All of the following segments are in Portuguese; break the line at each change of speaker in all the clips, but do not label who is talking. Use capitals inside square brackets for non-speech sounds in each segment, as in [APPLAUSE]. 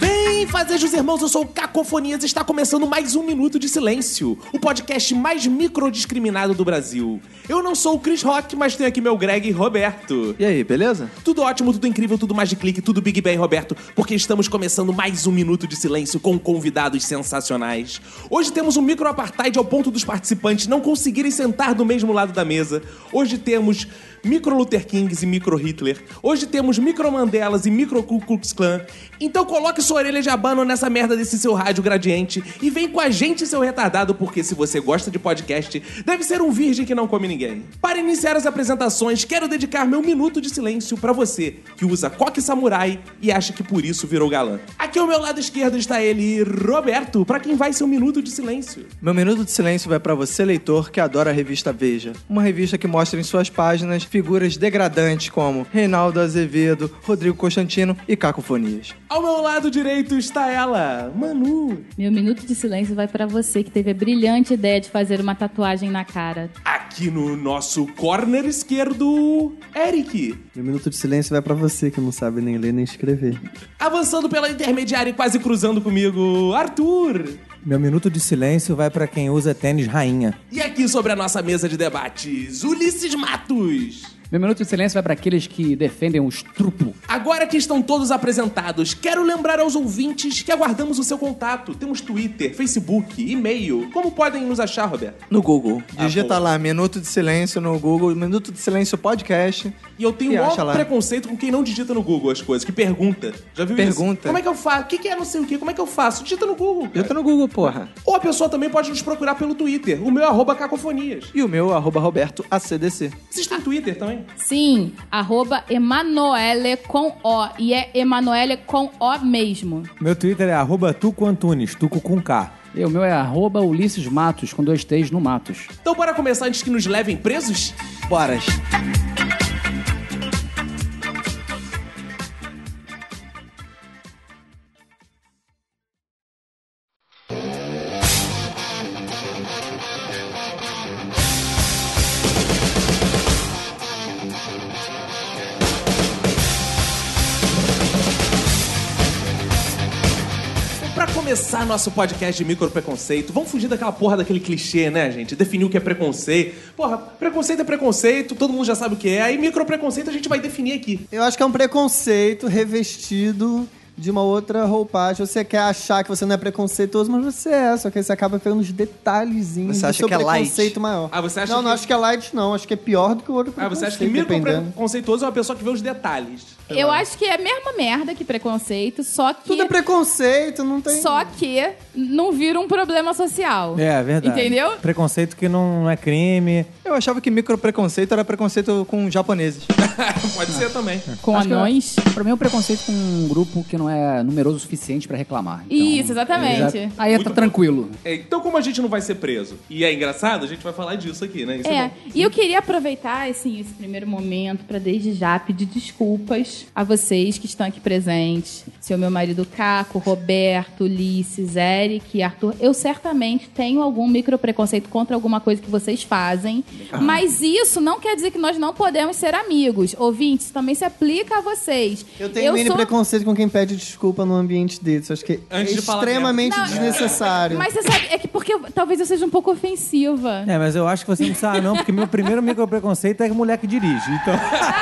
Bem, fazejos irmãos, eu sou o Cacofonias e está começando mais um Minuto de Silêncio, o podcast mais microdiscriminado do Brasil. Eu não sou o Chris Rock, mas tenho aqui meu Greg Roberto.
E aí, beleza?
Tudo ótimo, tudo incrível, tudo mais de clique, tudo Big Bang, Roberto, porque estamos começando mais um Minuto de Silêncio com convidados sensacionais. Hoje temos um micro-apartheid ao ponto dos participantes não conseguirem sentar do mesmo lado da mesa. Hoje temos micro-Luther Kings e micro-Hitler. Hoje temos micro-Mandelas e micro-Ku Klux Klan. Então coloque sua orelha de abano nessa merda desse seu rádio gradiente e vem com a gente, seu retardado, porque se você gosta de podcast, deve ser um virgem que não come ninguém. Para iniciar as apresentações, quero dedicar meu minuto de silêncio para você que usa coque samurai e acha que por isso virou galã. Aqui ao meu lado esquerdo está ele, Roberto, para quem vai ser um minuto de silêncio.
Meu minuto de silêncio vai pra você, leitor, que adora a revista Veja. Uma revista que mostra em suas páginas figuras degradantes como Reinaldo Azevedo, Rodrigo Constantino e Cacofonias.
Ao meu lado direito está ela, Manu.
Meu minuto de silêncio vai pra você que teve a brilhante ideia de fazer uma tatuagem na cara.
Aqui no nosso corner esquerdo, Eric.
Meu minuto de silêncio vai pra você que não sabe nem ler nem escrever.
Avançando pela intermediária e quase cruzando comigo, Arthur.
Meu minuto de silêncio vai pra quem usa tênis rainha.
E aqui sobre a nossa mesa de debates, Ulisses Matos.
Meu minuto de silêncio vai para aqueles que defendem o estruplo.
Agora que estão todos apresentados, quero lembrar aos ouvintes que aguardamos o seu contato. Temos Twitter, Facebook, e-mail. Como podem nos achar, Roberto?
No Google. Digita
bom.
lá, Minuto de Silêncio no Google, Minuto de Silêncio Podcast.
E eu tenho
E
um
acha
maior
lá.
preconceito com quem não digita no Google as coisas, que pergunta. Já viu isso?
Pergunta.
Como é que eu faço? O que que é não sei o quê? Como é que eu faço? Digita no Google. cara.
Eu tô no Google, porra.
Ou a pessoa também pode nos procurar pelo Twitter. O meu é arroba cacofonias.
E o meu, arroba Roberto ACDC.
Vocês têm Twitter também?
Sim, arroba Emanuele com O. E é Emanuele com O mesmo.
Meu Twitter é arroba tucoantunes, tuco com K.
E o meu é arroba Ulisses Matos, com dois T's no Matos.
Então, bora começar antes que nos levem presos?
Boras.
Pra começar nosso podcast de micro preconceito, vamos fugir daquela porra daquele clichê, né, gente? Definir o que é preconceito. Porra, preconceito é preconceito, todo mundo já sabe o que é. Aí micro preconceito a gente vai definir aqui.
Eu acho que é um preconceito revestido de uma outra roupagem. Você quer achar que você não é preconceituoso, mas você é. Só que aí você acaba pegando os detalhezinhos
Você
do
acha
seu
que é light?
preconceito maior.
Ah, você acha
não, não
que-
acho que é light, não. Acho que é pior do que o outro
Ah, você acha que
preconceito,
micro
dependendo.
preconceituoso é uma pessoa que vê os detalhes.
Eu acho que é a mesma merda que preconceito, só que.
Tudo é preconceito, não tem...
Só que não vira um problema social.
É, verdade.
Entendeu?
Preconceito que não, não é crime.
Eu achava que micropreconceito era preconceito com japoneses.
Pode ser também.
Com
Acho que
anões.
Pra mim é um preconceito com um grupo que não é numeroso o suficiente pra reclamar. Então,
Isso, exatamente.
já- Aí tá tranquilo.
É, Então, como a gente não vai ser preso e é engraçado, a gente vai falar disso aqui, né? Isso é,
É,
bom.
e eu queria aproveitar assim, esse primeiro momento pra desde já pedir desculpas a vocês que estão aqui presentes. Seu meu marido Caco, Roberto, Ulisses, Eric e Arthur. Eu certamente tenho algum micropreconceito contra alguma coisa que vocês fazem,
Ah.
mas isso não quer dizer que nós não podemos ser amigos. Ouvintes, isso também se aplica a vocês.
Eu tenho mini
sou-
preconceito com quem pede desculpa no ambiente desse. Acho que
Antes
é
de falar
extremamente
merda. Não,
desnecessário.
Mas você sabe, é que porque eu- talvez eu seja um pouco ofensiva.
[LAUGHS]
É, mas eu acho que você não sabe, não, porque meu primeiro micropreconceito é mulher que dirige. Então.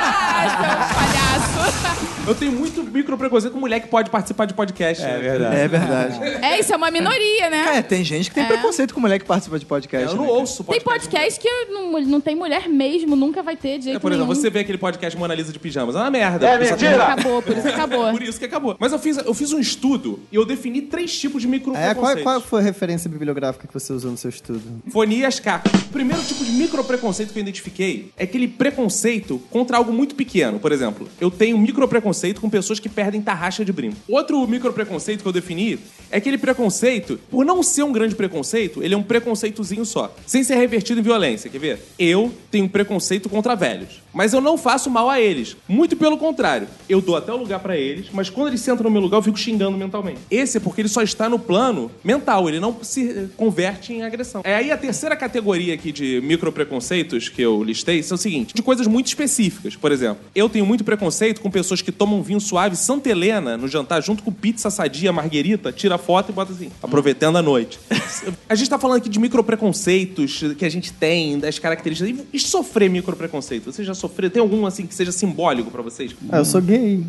Ah, seu palhaço.
Eu tenho muito micro preconceito com mulher que pode participar de podcast. né?
É verdade.
É, isso é uma minoria, né?
É, tem gente que tem preconceito com mulher que participa de podcast.
É, Eu não
né, cara?
ouço
Tem
podcast.
podcast que não, não tem mulher mesmo, nunca vai ter de jeito
É, por exemplo,
nenhum.
você vê aquele podcast Mona Lisa de Pijamas. É uma merda.
É
Porque só tem-
mentira!
Acabou, por isso acabou.
Por isso que acabou. Mas eu fiz, eu fiz um estudo e eu defini três tipos de micro
É, qual,
preconceitos.
qual foi a referência bibliográfica que você usou no seu estudo?
Fonia e as capas. primeiro tipo de micropreconceito que eu identifiquei é aquele preconceito contra algo muito pequeno. Por exemplo, eu tenho micropreconceito com pessoas que perdem tarraxa de brinco. Outro micropreconceito que eu defini é aquele preconceito, por não ser um grande preconceito, ele é um preconceitozinho só, sem ser revertido em violência, quer ver? Eu tenho preconceito contra velhos, mas eu não faço mal a eles. Muito pelo contrário, eu dou até o lugar pra eles, mas quando eles sentam no meu lugar, eu fico xingando mentalmente. Esse é porque ele só está no plano mental, ele não se eh, converte em agressão. É aí a terceira categoria aqui de micropreconceitos que eu listei são o seguinte: de coisas muito específicas. Por exemplo, eu tenho muito preconceito com pessoas que tomam vinho suave Santa Helena no jantar junto com pizza sadia, marguerita, tira foto e bota assim, aproveitando a noite. [LAUGHS] a gente tá falando aqui de micropreconceitos que a gente tem, das características. E- E sofrer micropreconceito? Você já sofreu? Tem algum assim que seja simbólico pra vocês?
Ah, eu sou gay.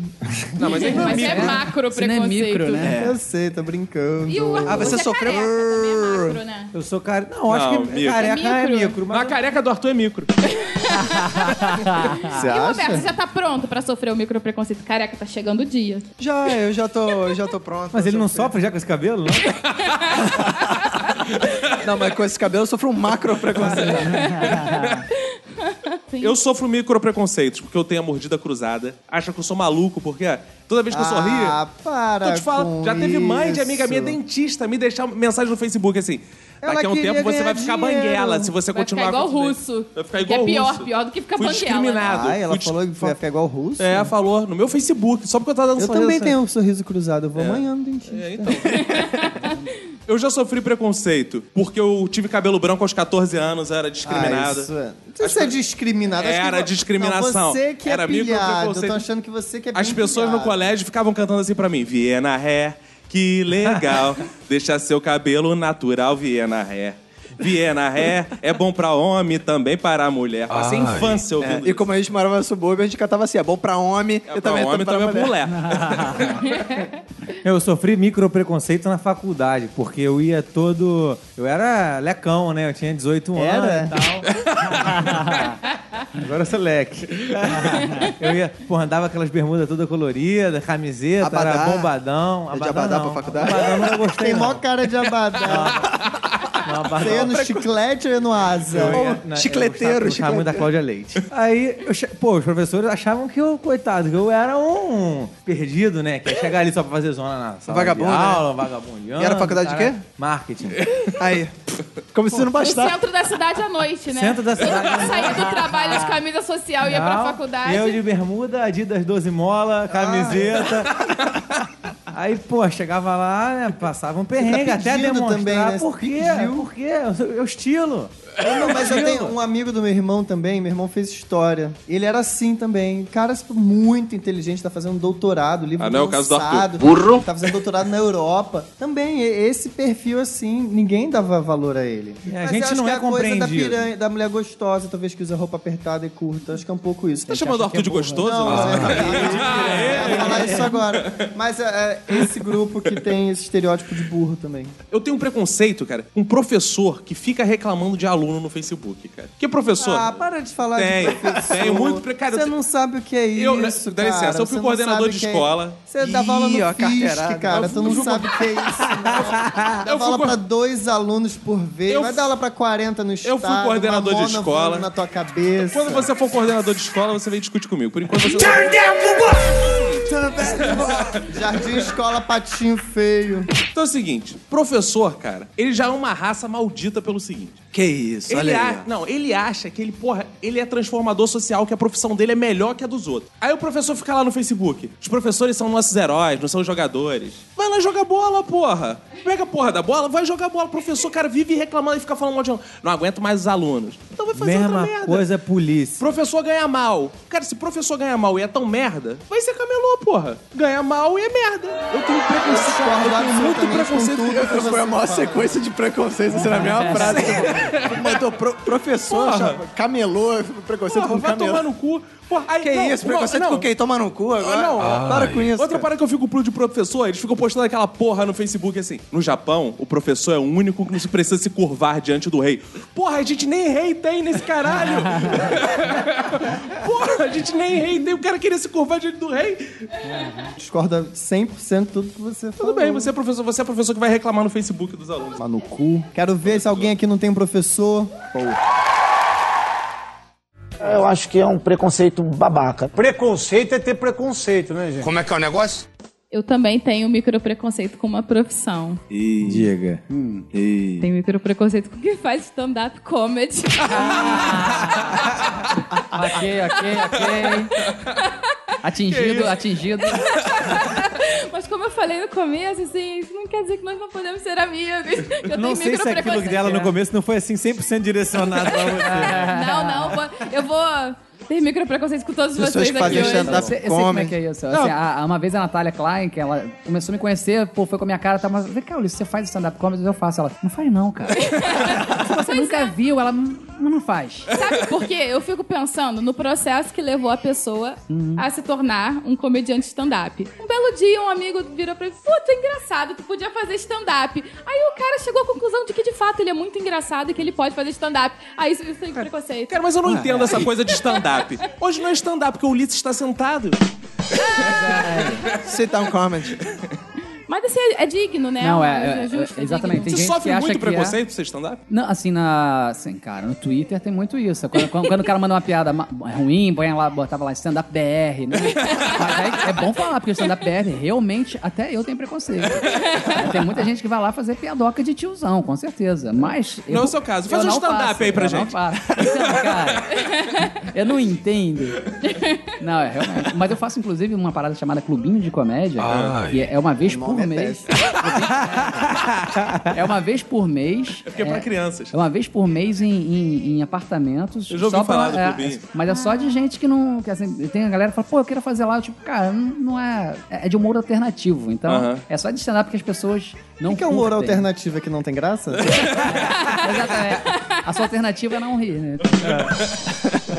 Não, mas é que não é
Mas
micro.
é macro
Isso não é
preconceito.
micro, né?
Eu sei, tô brincando.
E o Arthur,
Ah, você
é
sofreu-
careca, também é macro, né?
Eu sou cara. Não, acho
Não,
que
micro.
careca é
Micro.
micro.
Mas a
Mas
careca do Arthur é micro.
Você
E Roberto,
acha?
você já tá pronto pra sofrer o micropreconceito? Careca, tá chegando o dia.
Já, eu já tô, já tô pronto.
Mas ele
Eu
não
sofri.
sofre já com esse cabelo? Não?
Não, mas com esse cabelo eu sofro um
Ah,
macro preconceito.
Eu sofro micropreconceitos porque eu tenho a mordida cruzada. Acha que eu sou maluco porque ah, toda vez que eu sorrio...
Ah, para
Tô Então, te falando,
com
já teve mãe de amiga minha
isso.
dentista me deixar mensagem no Facebook assim.
Ela
Daqui a um
queria
tempo você
ganhar
vai ficar
dinheiro.
banguela se você
Vai
continuar
ficar igual
com isso
russo.
daí. Vai ficar
Que
igual
é pior,
russo.
pior do que ficar
Fui
banguela,
discriminado.
Ai, Ah, ela
Fui
falou que vai ficar igual o russo?
É, falou no meu Facebook, só porque eu tava dando
Eu
sorriso,
também
né?
tenho um sorriso cruzado, eu vou amanhã no dentista.
É, então. [LAUGHS] eu já sofri preconceito porque eu tive cabelo branco aos 14 anos, eu era discriminada.
Ah, isso é. Não sei se é discriminado. acho que
Era
vo-
discriminação.
Não, você que
Era
é pilhado. Eu
micropreconceito.
tô achando que você que é
As
bem
pessoas no
pilhado.
colégio ficavam cantando assim pra mim: Viena Ré, que legal,
[LAUGHS]
deixa seu cabelo natural, Viena Ré. Viena Ré é bom pra homem, também para mulher. Passei
Ai.
infância
É,
ouvindo
É, E como a gente morava no subúrbio, a gente cantava assim, é bom pra homem
isso.
e
É pra
também
homem,
pra
também para
[LAUGHS]
mulher.
mulher.
Eu sofri micropreconceito na faculdade, porque eu ia todo. Eu era lecão, né? Eu tinha 18
Era?
anos e tal. Agora eu sou leque. [LAUGHS] eu ia, porra, andava aquelas bermudas toda colorida, camiseta,
Abadá.
era bombadão.
É de abadá
não.
pra faculdade?
Abadá eu nunca gostei.
Tem
não.
mó cara
[LAUGHS]
de abadá.
Não, abadá.
Você ia no chiclete ou ia no asa?
Eu ia-
é,
Ou-
na- eu
chicleteiro,
gostava muito da Cláudia Leite. Aí, eu che- pô, os professores achavam que eu, coitado, que eu era um perdido, né? Que ia chegar ali só pra fazer zona na sala
Vagabundo,
de
né?
aula, vagabundeando.
E era faculdade de quê?
caralho. Marketing.
Aí, como se não
No
bastasse.
centro da cidade à noite, né?
Centro da
Todo
cidade à
mundo saía do trabalho de camisa social e ia pra
Não,
faculdade.
Eu de bermuda, Adidas 12 mola, camiseta. Aí, pô, chegava lá, né, passava um perrengue, até
pedindo
demonstrar
também, né? Você
por quê,
pediu.
por quê, eu, eu estilo.
Eu não, mas eu tenho um amigo do meu irmão também, meu irmão fez história. Ele era assim também. Cara super muito inteligente, tá fazendo doutorado, livro
Ah, não é o caso do
lançado, Burro. Tá fazendo doutorado na Europa. Também, e- esse perfil assim, ninguém dava valor a ele.
É, a
Mas
gente
eu acho
não
que
é
a coisa da,
compreendido.
piranha- da mulher gostosa, talvez que usa roupa apertada e curta. Acho que é um pouco isso.
Tá chamando o Arthur de gostoso?
Não,
Nossa.
não é. [LAUGHS] Eu vou falar isso agora. Mas é, é esse grupo que tem esse estereótipo de burro também.
Eu tenho um preconceito, cara, com professor que fica reclamando de aluno no Facebook, cara. Que professor?
Ah, para de falar
Tem,
de professor.
tem muito pre- cara,
Você
eu-
não sabe o que é
Eu-
isso,
dá
cara.
licença, eu fui
Você não
coordenador
sabe
de
o que é-
escola.
Você dava aula
Ih,
no
ó, carteirada.
FISC, cara.
Eu
Tu não
fui-
sabe o que é isso. não.
[LAUGHS] Eu
Dava
fui
aula
co-
pra dois alunos por vez.
Eu
Vai dar aula pra 40 no estado.
fui coordenador
uma
de
mono
escola.
voando na tua cabeça.
Quando você for coordenador de escola, você vem discutir comigo. Por enquanto você.
Jardim, escola, patinho feio.
Então é o seguinte, professor, cara, ele já é uma raça maldita pelo seguinte.
Que isso,
é
Ele
olha aí.
é.
a- Não, ele acha que ele, porra, ele é transformador social, que a profissão dele é melhor que a dos outros. Aí o professor fica lá no Facebook. Os professores são nossos heróis, não são os jogadores. Vai lá jogar bola, porra. Pega a porra da bola, vai jogar bola. O professor, cara, vive reclamando e fica falando mal de aluno. Não aguento mais os alunos. Então vai fazer outra
Mesma
merda.
coisa, polícia.
Professor ganha mal. Cara, se professor ganha mal e é tão merda, vai ser camelô, porra. Ganha mal e é merda. Eu tenho preconceito. Eu tenho muito preconceito com
tudo que
professor.
você fala.
sequência de preconceito, você na mesma frase. Mas professor,
Porra.
camelô, preconceito
Porra, vai tomar no cu. Porra, aí,
um Que
não,
isso?
não,
Preconceito
não.
com quem? Toma no cu agora? Ah,
Não.
Para com isso.
Outra
cara.
parada que eu fico pulo de professor, eles ficam postando aquela porra no Facebook assim. No Japão, o professor é o único que não se precisa se curvar diante do rei. Porra, a gente nem rei tem nesse
[LAUGHS]
caralho! porra, a gente nem rei tem. O cara queria se curvar diante do rei.
Discorda 100% de tudo que você falou.
Tudo
Tá
bem, você é professor, você é professor que vai reclamar no Facebook dos alunos.
Lá no cu. Quero ver se alguém aqui não tem um professor.
Eu acho que é um preconceito babaca. Preconceito é ter preconceito, né, gente?
Como é que é o negócio?
Eu também tenho micropreconceito com uma profissão.
Diga.
Tenho micropreconceito com quem faz stand-up comedy.
Ok, ok, [LAUGHS] ok. Atingido, atingido.
Mas como eu falei no começo, assim, isso não quer dizer que nós não podemos ser amigos. que Eu
Não
tenho
sei se é aquilo
micropreconceito.
dela no começo não foi assim 100% direcionado pra você.
Ah, Não, não, vou- eu vou ter micropreconceito com todos
Pessoas
vocês
que
aqui
fazem
hoje.
Eu
stand-up
sei, eu sei como é
comem.
que é isso. Assim, a- a- uma vez a Natália Klein, que ela começou a me conhecer, pô, foi com a minha cara, tá, mas vem cá, Ulisses, você faz stand-up comedy? Eu faço. Ela, não faz não, [LAUGHS] cara. você nunca viu, ela "Hum, não faz.
Sabe por quê? Eu fico pensando no processo que levou a pessoa a se tornar um comediante stand-up. Um belo dia, um amigo virou pra mim: Puta, engraçado, tu podia fazer stand-up. Aí o cara chegou à conclusão de que, de fato, ele é muito engraçado e que ele pode fazer stand-up. Aí isso, isso tem preconceito.
Cara, mas eu não entendo essa coisa de stand-up. Hoje não é stand-up, porque o Ulisses está sentado.
Sit down comedy.
Mas assim, é, é digno, né?
Não, é- é-
justo,
é- exatamente.
digno.
Você
Tem gente
sofre
que acha
muito
que
preconceito por ser stand-up?
Não, assim, na. Assim, cara, no Twitter tem muito isso. Quando, quando- quando o cara manda uma piada ma- é ruim, põe lá, botava lá stand-up BR, né? Mas aí é bom falar, porque o stand-up BR realmente, até eu tenho preconceito. tem muita gente que vai lá fazer piadoca de tiozão, com certeza. Mas. eu-
Não é o seu caso. Faz
eu
um
não
stand-up
faço,
aí pra
eu
gente.
Não faço. Então, cara, eu não entendo. Não, é realmente. Mas eu faço, inclusive, uma parada chamada Clubinho de Comédia,
Ai.
que é uma vez
O
por
nome é
mês. É uma vez por mês.
Porque é pra crianças.
É uma vez por mês em, em- em apartamentos.
Eu já ouvi
Só pra-
falar do
é,
clubinho.
Mas é só
Ah.
de gente que não. Que assim, tem a galera que fala, pô, eu quero fazer lá. Eu, tipo, cara, não, não é. É de humor alternativo. Então,
Aham.
é só de stand-up que as pessoas não.
O que é humor
curtem.
alternativo que não tem graça?
[LAUGHS] Exatamente. A sua alternativa é não rir, né? [LAUGHS]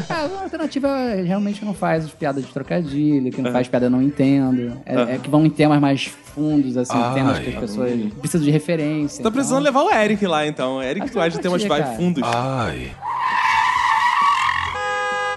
É, a alternativa é, realmente não faz as piadas de trocadilho,
É.
que não faz piada eu não entendo. É, é que vão em temas mais fundos, assim,
Ai.
temas que as pessoas precisam de referência.
Tá precisando levar o Eric lá, então. Eric,
Acho
tu acha que tem umas
que eu
vai
podia,
fundos.
Ai.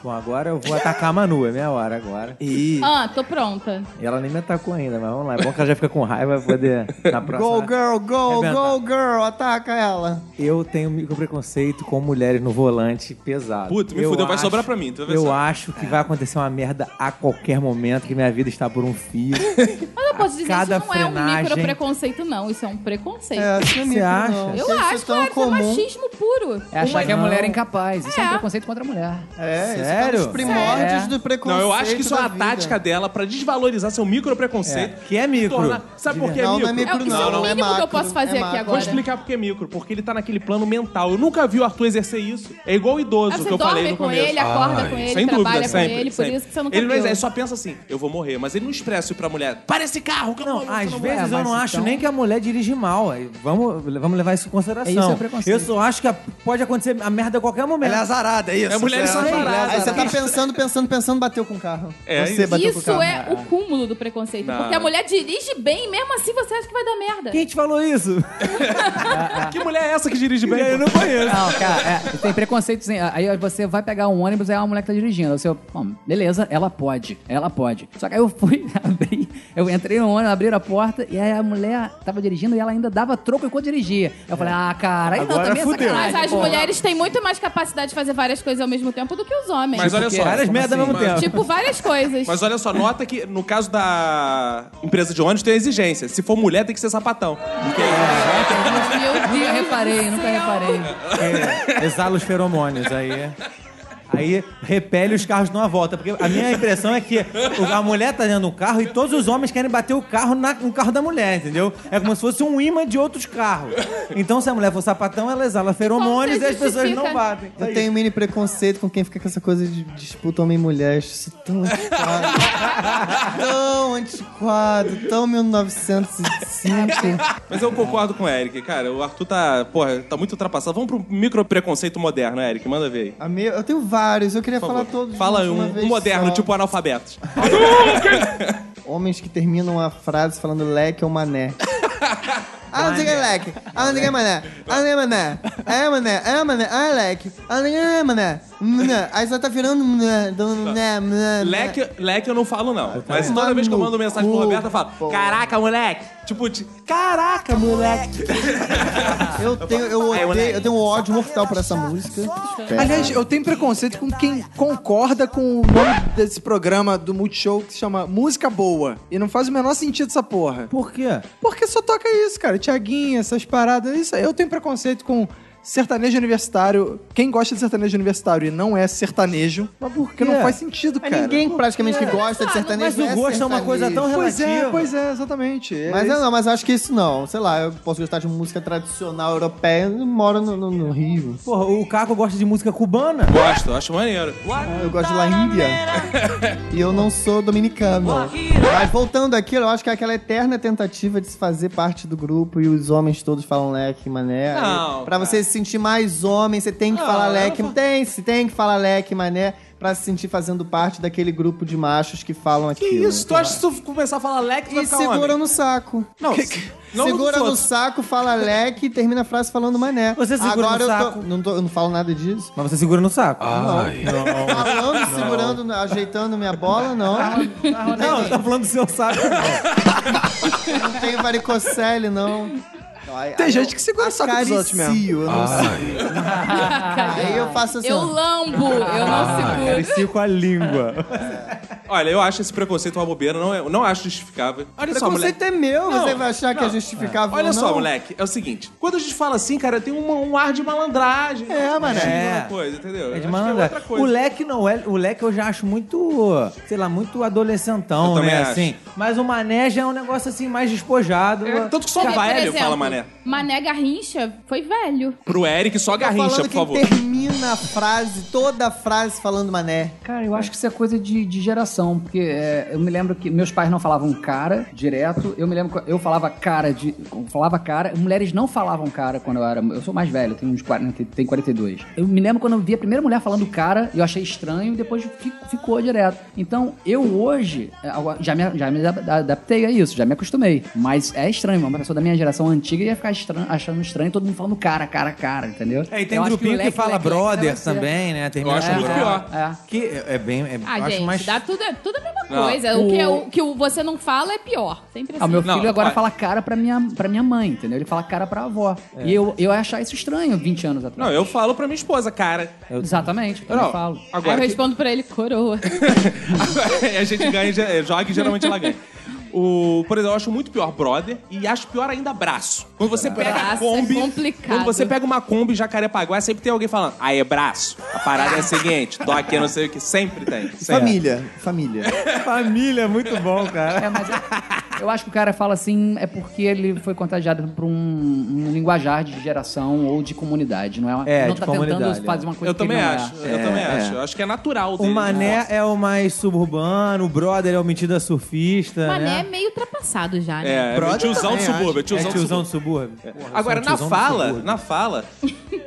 Bom, agora eu vou atacar a Manu, é minha hora agora.
Ih.
Ah, tô pronta.
E ela nem me atacou ainda, mas vamos lá. É bom que ela já fica com raiva vai poder na próxima.
Go, girl,
É
go,
Arrebenta.
go, girl. Ataca ela.
Eu tenho micro preconceito com mulheres no volante pesado.
Puto, me
Eu
fudeu, vai
acho-
sobrar pra mim, tu vai ver
Eu
só.
acho que vai acontecer uma merda a qualquer momento, que minha vida está por um fio.
Mas eu posso dizer,
cada
isso não é um
frenagem-
micropreconceito, não. Isso é um preconceito.
É, isso não é
Você
micro,
acha?
não.
Eu
Isso é
acho, claro,
um
isso é machismo puro.
É achar que a
Não.
mulher é incapaz. Isso é.
É.
um preconceito contra a mulher.
É, isso é um
Sério?
dos primórdios
Sério.
do preconceito.
Não, eu acho que isso é
da
uma
vida.
tática dela pra desvalorizar seu micropreconceito.
É, que é micro.
Sabe por que é
Não,
micro?
não é
É,
micro,
isso é
não.
o
não é
mínimo que eu
macro,
posso fazer
é
aqui
macro.
agora.
Vou explicar porque é micro, porque ele tá naquele plano mental. Eu nunca vi o Arthur exercer isso. É igual o
Ah,
idoso
Você
que eu falei
dorme
no
com
começo. Ah, é.
ele, acorda
Ai,
com
Sem
ele,
dúvida,
trabalha com
sempre.
ele, por
sempre.
isso que você não
Ele não
viu.
exerce, só pensa assim, eu vou morrer. Mas ele não expressa isso pra mulher. Para esse carro, que eu não, vou,
Às
você não Ah,
vezes
é,
eu não
mas
acho
então-
nem que a mulher dirige mal. aí Vamos, vamos levar isso em consideração.
É isso, é preconceito.
Eu só acho que a- pode acontecer a merda a qualquer momento.
Ela é azarada, é isso?
É mulher
Você
azarada.
mulher
Aí você tá pensando, pensando, pensando, bateu com o carro.
É
você
isso.
bateu com o
Isso
carro.
é o cúmulo do preconceito.
Não.
Porque a mulher dirige bem, mesmo assim você acha que vai dar merda.
Quem te falou isso?
vai." Que mulher é essa que dirige bem? Eu não conheço.
Não, cara, é, tem preconceitos. hein? Aí você vai pegar um ônibus e é uma mulher que tá dirigindo. Aí Você, bom, beleza, ela pode, ela pode. Só que aí eu fui, [LAUGHS] abri, eu entrei no ônibus, abriram a porta e aí a mulher tava dirigindo e ela ainda dava troco enquanto dirigia. Eu falei, ah, cara, aí não,
Agora
também é
fudeu.
sacanagem.
Mas as
pô.
mulheres têm muito mais capacidade de fazer várias coisas ao mesmo tempo do tipo que os homens.
[LAUGHS] Mas olha só.
Várias
Como
merdas ao
assim?
mesmo tempo.
Tipo, várias coisas.
Mas olha só, nota que no caso da empresa de ônibus tem a exigência. Se for mulher, tem que ser sapatão. [LAUGHS]
Meu Deus
Nunca reparei,
do
nunca
céu.
reparei.
É, exala os feromônios aí. é. Aí repele os carros numa volta. Porque a minha impressão é que o- a mulher tá dentro do carro e todos os homens querem bater o carro na- no carro da mulher, entendeu? É como se fosse um imã de outros carros. Então, se a mulher for sapatão, ela exala feromônios
Como você
e as pessoas não
justifica?
batem. Isso
Eu
aí.
tenho um mini preconceito com quem fica com essa coisa de disputa homem e mulher. Acho isso tão antiquado. [LAUGHS] tão antiquado, tão
é
1905.
Mas eu concordo com o Eric, cara. O Arthur tá, porra, tá muito ultrapassado. Vamos pro micro preconceito moderno, Eric. Manda ver aí.
A minha- eu tenho vários.
vários. Eu queria falar todos.
Fala
de uma
um,
vez
um moderno,
só.
tipo
[LAUGHS]
analfabetos.
Homens que terminam a frase falando leque ou
[LAUGHS]
mané. Ah, não sei o que é leque. Ah, não sei o que é mané. Ah, não sei o que é mané. É mané, é mané, ah, é leque. Ah, não sei o que é mané. Mané. Aí só tá virando mané, dando mané, mané.
Leque, leque eu não falo, não. Mas toda
Mano,
vez que eu mando mensagem pro
Tá cu,
Roberto, eu falo:
pô.
Caraca, moleque! Tipo, de- caraca, moleque!
Eu tenho,
É
eu odeio, eu tenho um ódio mortal pra essa música.
Aliás, eu tenho preconceito com quem concorda com o nome desse programa do Multishow que se chama Música Boa. E não faz o menor sentido essa porra.
Por quê?
Porque só toca isso, cara. Tiaguinha, essas paradas. Isso aí. Eu tenho preconceito com sertanejo universitário. Quem gosta de sertanejo universitário e não é sertanejo. Mas por Porque não faz sentido,
Mas
cara.
ninguém praticamente que gosta de
Mas
sertanejo.
o gosto é uma coisa tão relativa.
Pois é, pois é, exatamente. É
Mas
isso.
eu não, mas eu acho que isso não. Sei lá, eu posso gostar de música tradicional europeia, eu moro no, no- no Rio.
Porra, o Caco gosta de música cubana.
Gosto, acho maneiro.
Eu gosto de La Índia. e eu não sou dominicano. Mas voltando aqui, eu acho que é aquela eterna tentativa de se fazer parte do grupo e os homens todos falam leque, mané.
Não,
E
cara.
pra você se sentir mais homem, você tem que
Não,
falar
eu
leque.
não-
Tem, se tem que falar leque, mané, pra se sentir fazendo parte daquele grupo de machos que falam
Que
aquilo.
isso? Tu acha que se tu começar a falar leque, tu vai
E
ficar
segura
homem?
no saco.
Não, não
segura
dos
no
outros.
saco, fala leque e termina a frase falando mané.
Você segura
Agora
no
eu tô-
saco?
não, tô- eu não falo nada disso.
Mas você segura no saco.
Falando, segurando, ajeitando minha bola, não.
Ah.
Não, tá falando do seu saco.
Não tenho varicocele, não. Ai,
Tem
ai,
gente que segura o saco dos outros
acaricio,
mesmo.
eu não sei. Aí eu faço assim.
Eu
ó.
lambo, eu
Ah,
não seguro.
Parecia com a língua.
Olha, eu acho esse preconceito uma bobeira, não, é, não acho justificável. Olha só, moleque.
Preconceito é meu,
Não,
você vai achar que é justificável
Olha
ou
só,
não?
moleque, é o seguinte: quando a gente fala assim, cara, tem um, um ar de malandragem.
É, mané.
É.
É.
Uma coisa, entendeu?
É de
Eu acho que
malandrar.
outra coisa.
o leque não é. O leque eu já acho muito, sei lá, muito
Eu
adolescentão,
também
né?
acho.
Assim. Mas o mané já é um negócio assim mais despojado.
É, tanto que só
Porque, por
velho
exemplo,
fala mané.
Mané Garrincha foi velho.
Pro Eric, só
Tô
garrincha,
falando
por
que
favor.
termina a frase, toda a frase falando mané.
Cara, eu acho que isso é coisa de, de geração, porque é, eu me lembro que meus pais não falavam cara direto. Eu me lembro que eu falava cara de. eu Falava cara. Mulheres não falavam cara quando eu era. Eu sou mais velho, tenho uns 40, tenho 42. Eu me lembro quando eu vi a primeira mulher falando cara, eu achei estranho e depois fi- ficou direto. Então, eu hoje é, agora, já me, já me adap- adaptei a isso, já me acostumei. Mas é estranho, uma pessoa da minha geração antiga ia ficar estran- achando estranho todo mundo falando cara, cara, cara, entendeu?
É, e tem
Eu
um
acho
grupinho que,
o leque,
fala
leque, leque,
brother
leque, leque.
também, né? Termina
Eu acho
com
muito
brother.
pior.
É.
Que é é bem. É,
Ah,
eu acho
gente,
mais.
dá tudo, é tudo a mesma
Não.
coisa. O, que é- o que o- você não fala é pior. Sempre assim.
Ah, o meu
Não,
filho agora
olha.
fala cara pra minha, pra minha mãe, entendeu? Ele fala cara pra avó.
É.
E eu, eu ia achar isso estranho 20 anos atrás.
Não, eu falo pra minha esposa, cara.
Exatamente, eu
Não,
falo.
Aí eu
Agora, que-
respondo pra ele,
[LAUGHS]
coroa.
[LAUGHS] a gente ganha, ge- joga e geralmente ela ganha. O, por exemplo, eu acho muito pior brother e acho pior ainda abraço. Quando você pega a
Braço é
Kombi.
complicado.
quando você pega uma Kombi Jacarepaguá, sempre tem alguém falando, aí braço. A parada é a seguinte, tô aqui, não sei o que. Sempre tem. Sempre.
Família, família.
[LAUGHS] Família, muito bom, cara.
É, mas eu, eu acho que o cara fala assim é porque ele foi contagiado por um, um linguajar de geração ou de comunidade, não é? uma-
É,
não
de
tá
comunidade,
tentando fazer uma coisa
Eu
que
também
ele não
acho.
É.
Eu também acho. Eu acho que é natural
O
dele.
mané é o mais suburbano, o brother é o metida surfista.
Mané é
né?
meio ultrapassado já, né?
É, é
Brother
tiozão do
também,
subúrbio. é
é
Tiozão, do
tiozão
subúrbio.
do subúrbio. Porra, eu sou
Agora,
um
na
tiozão do
fala,
subúrbio.
na fala,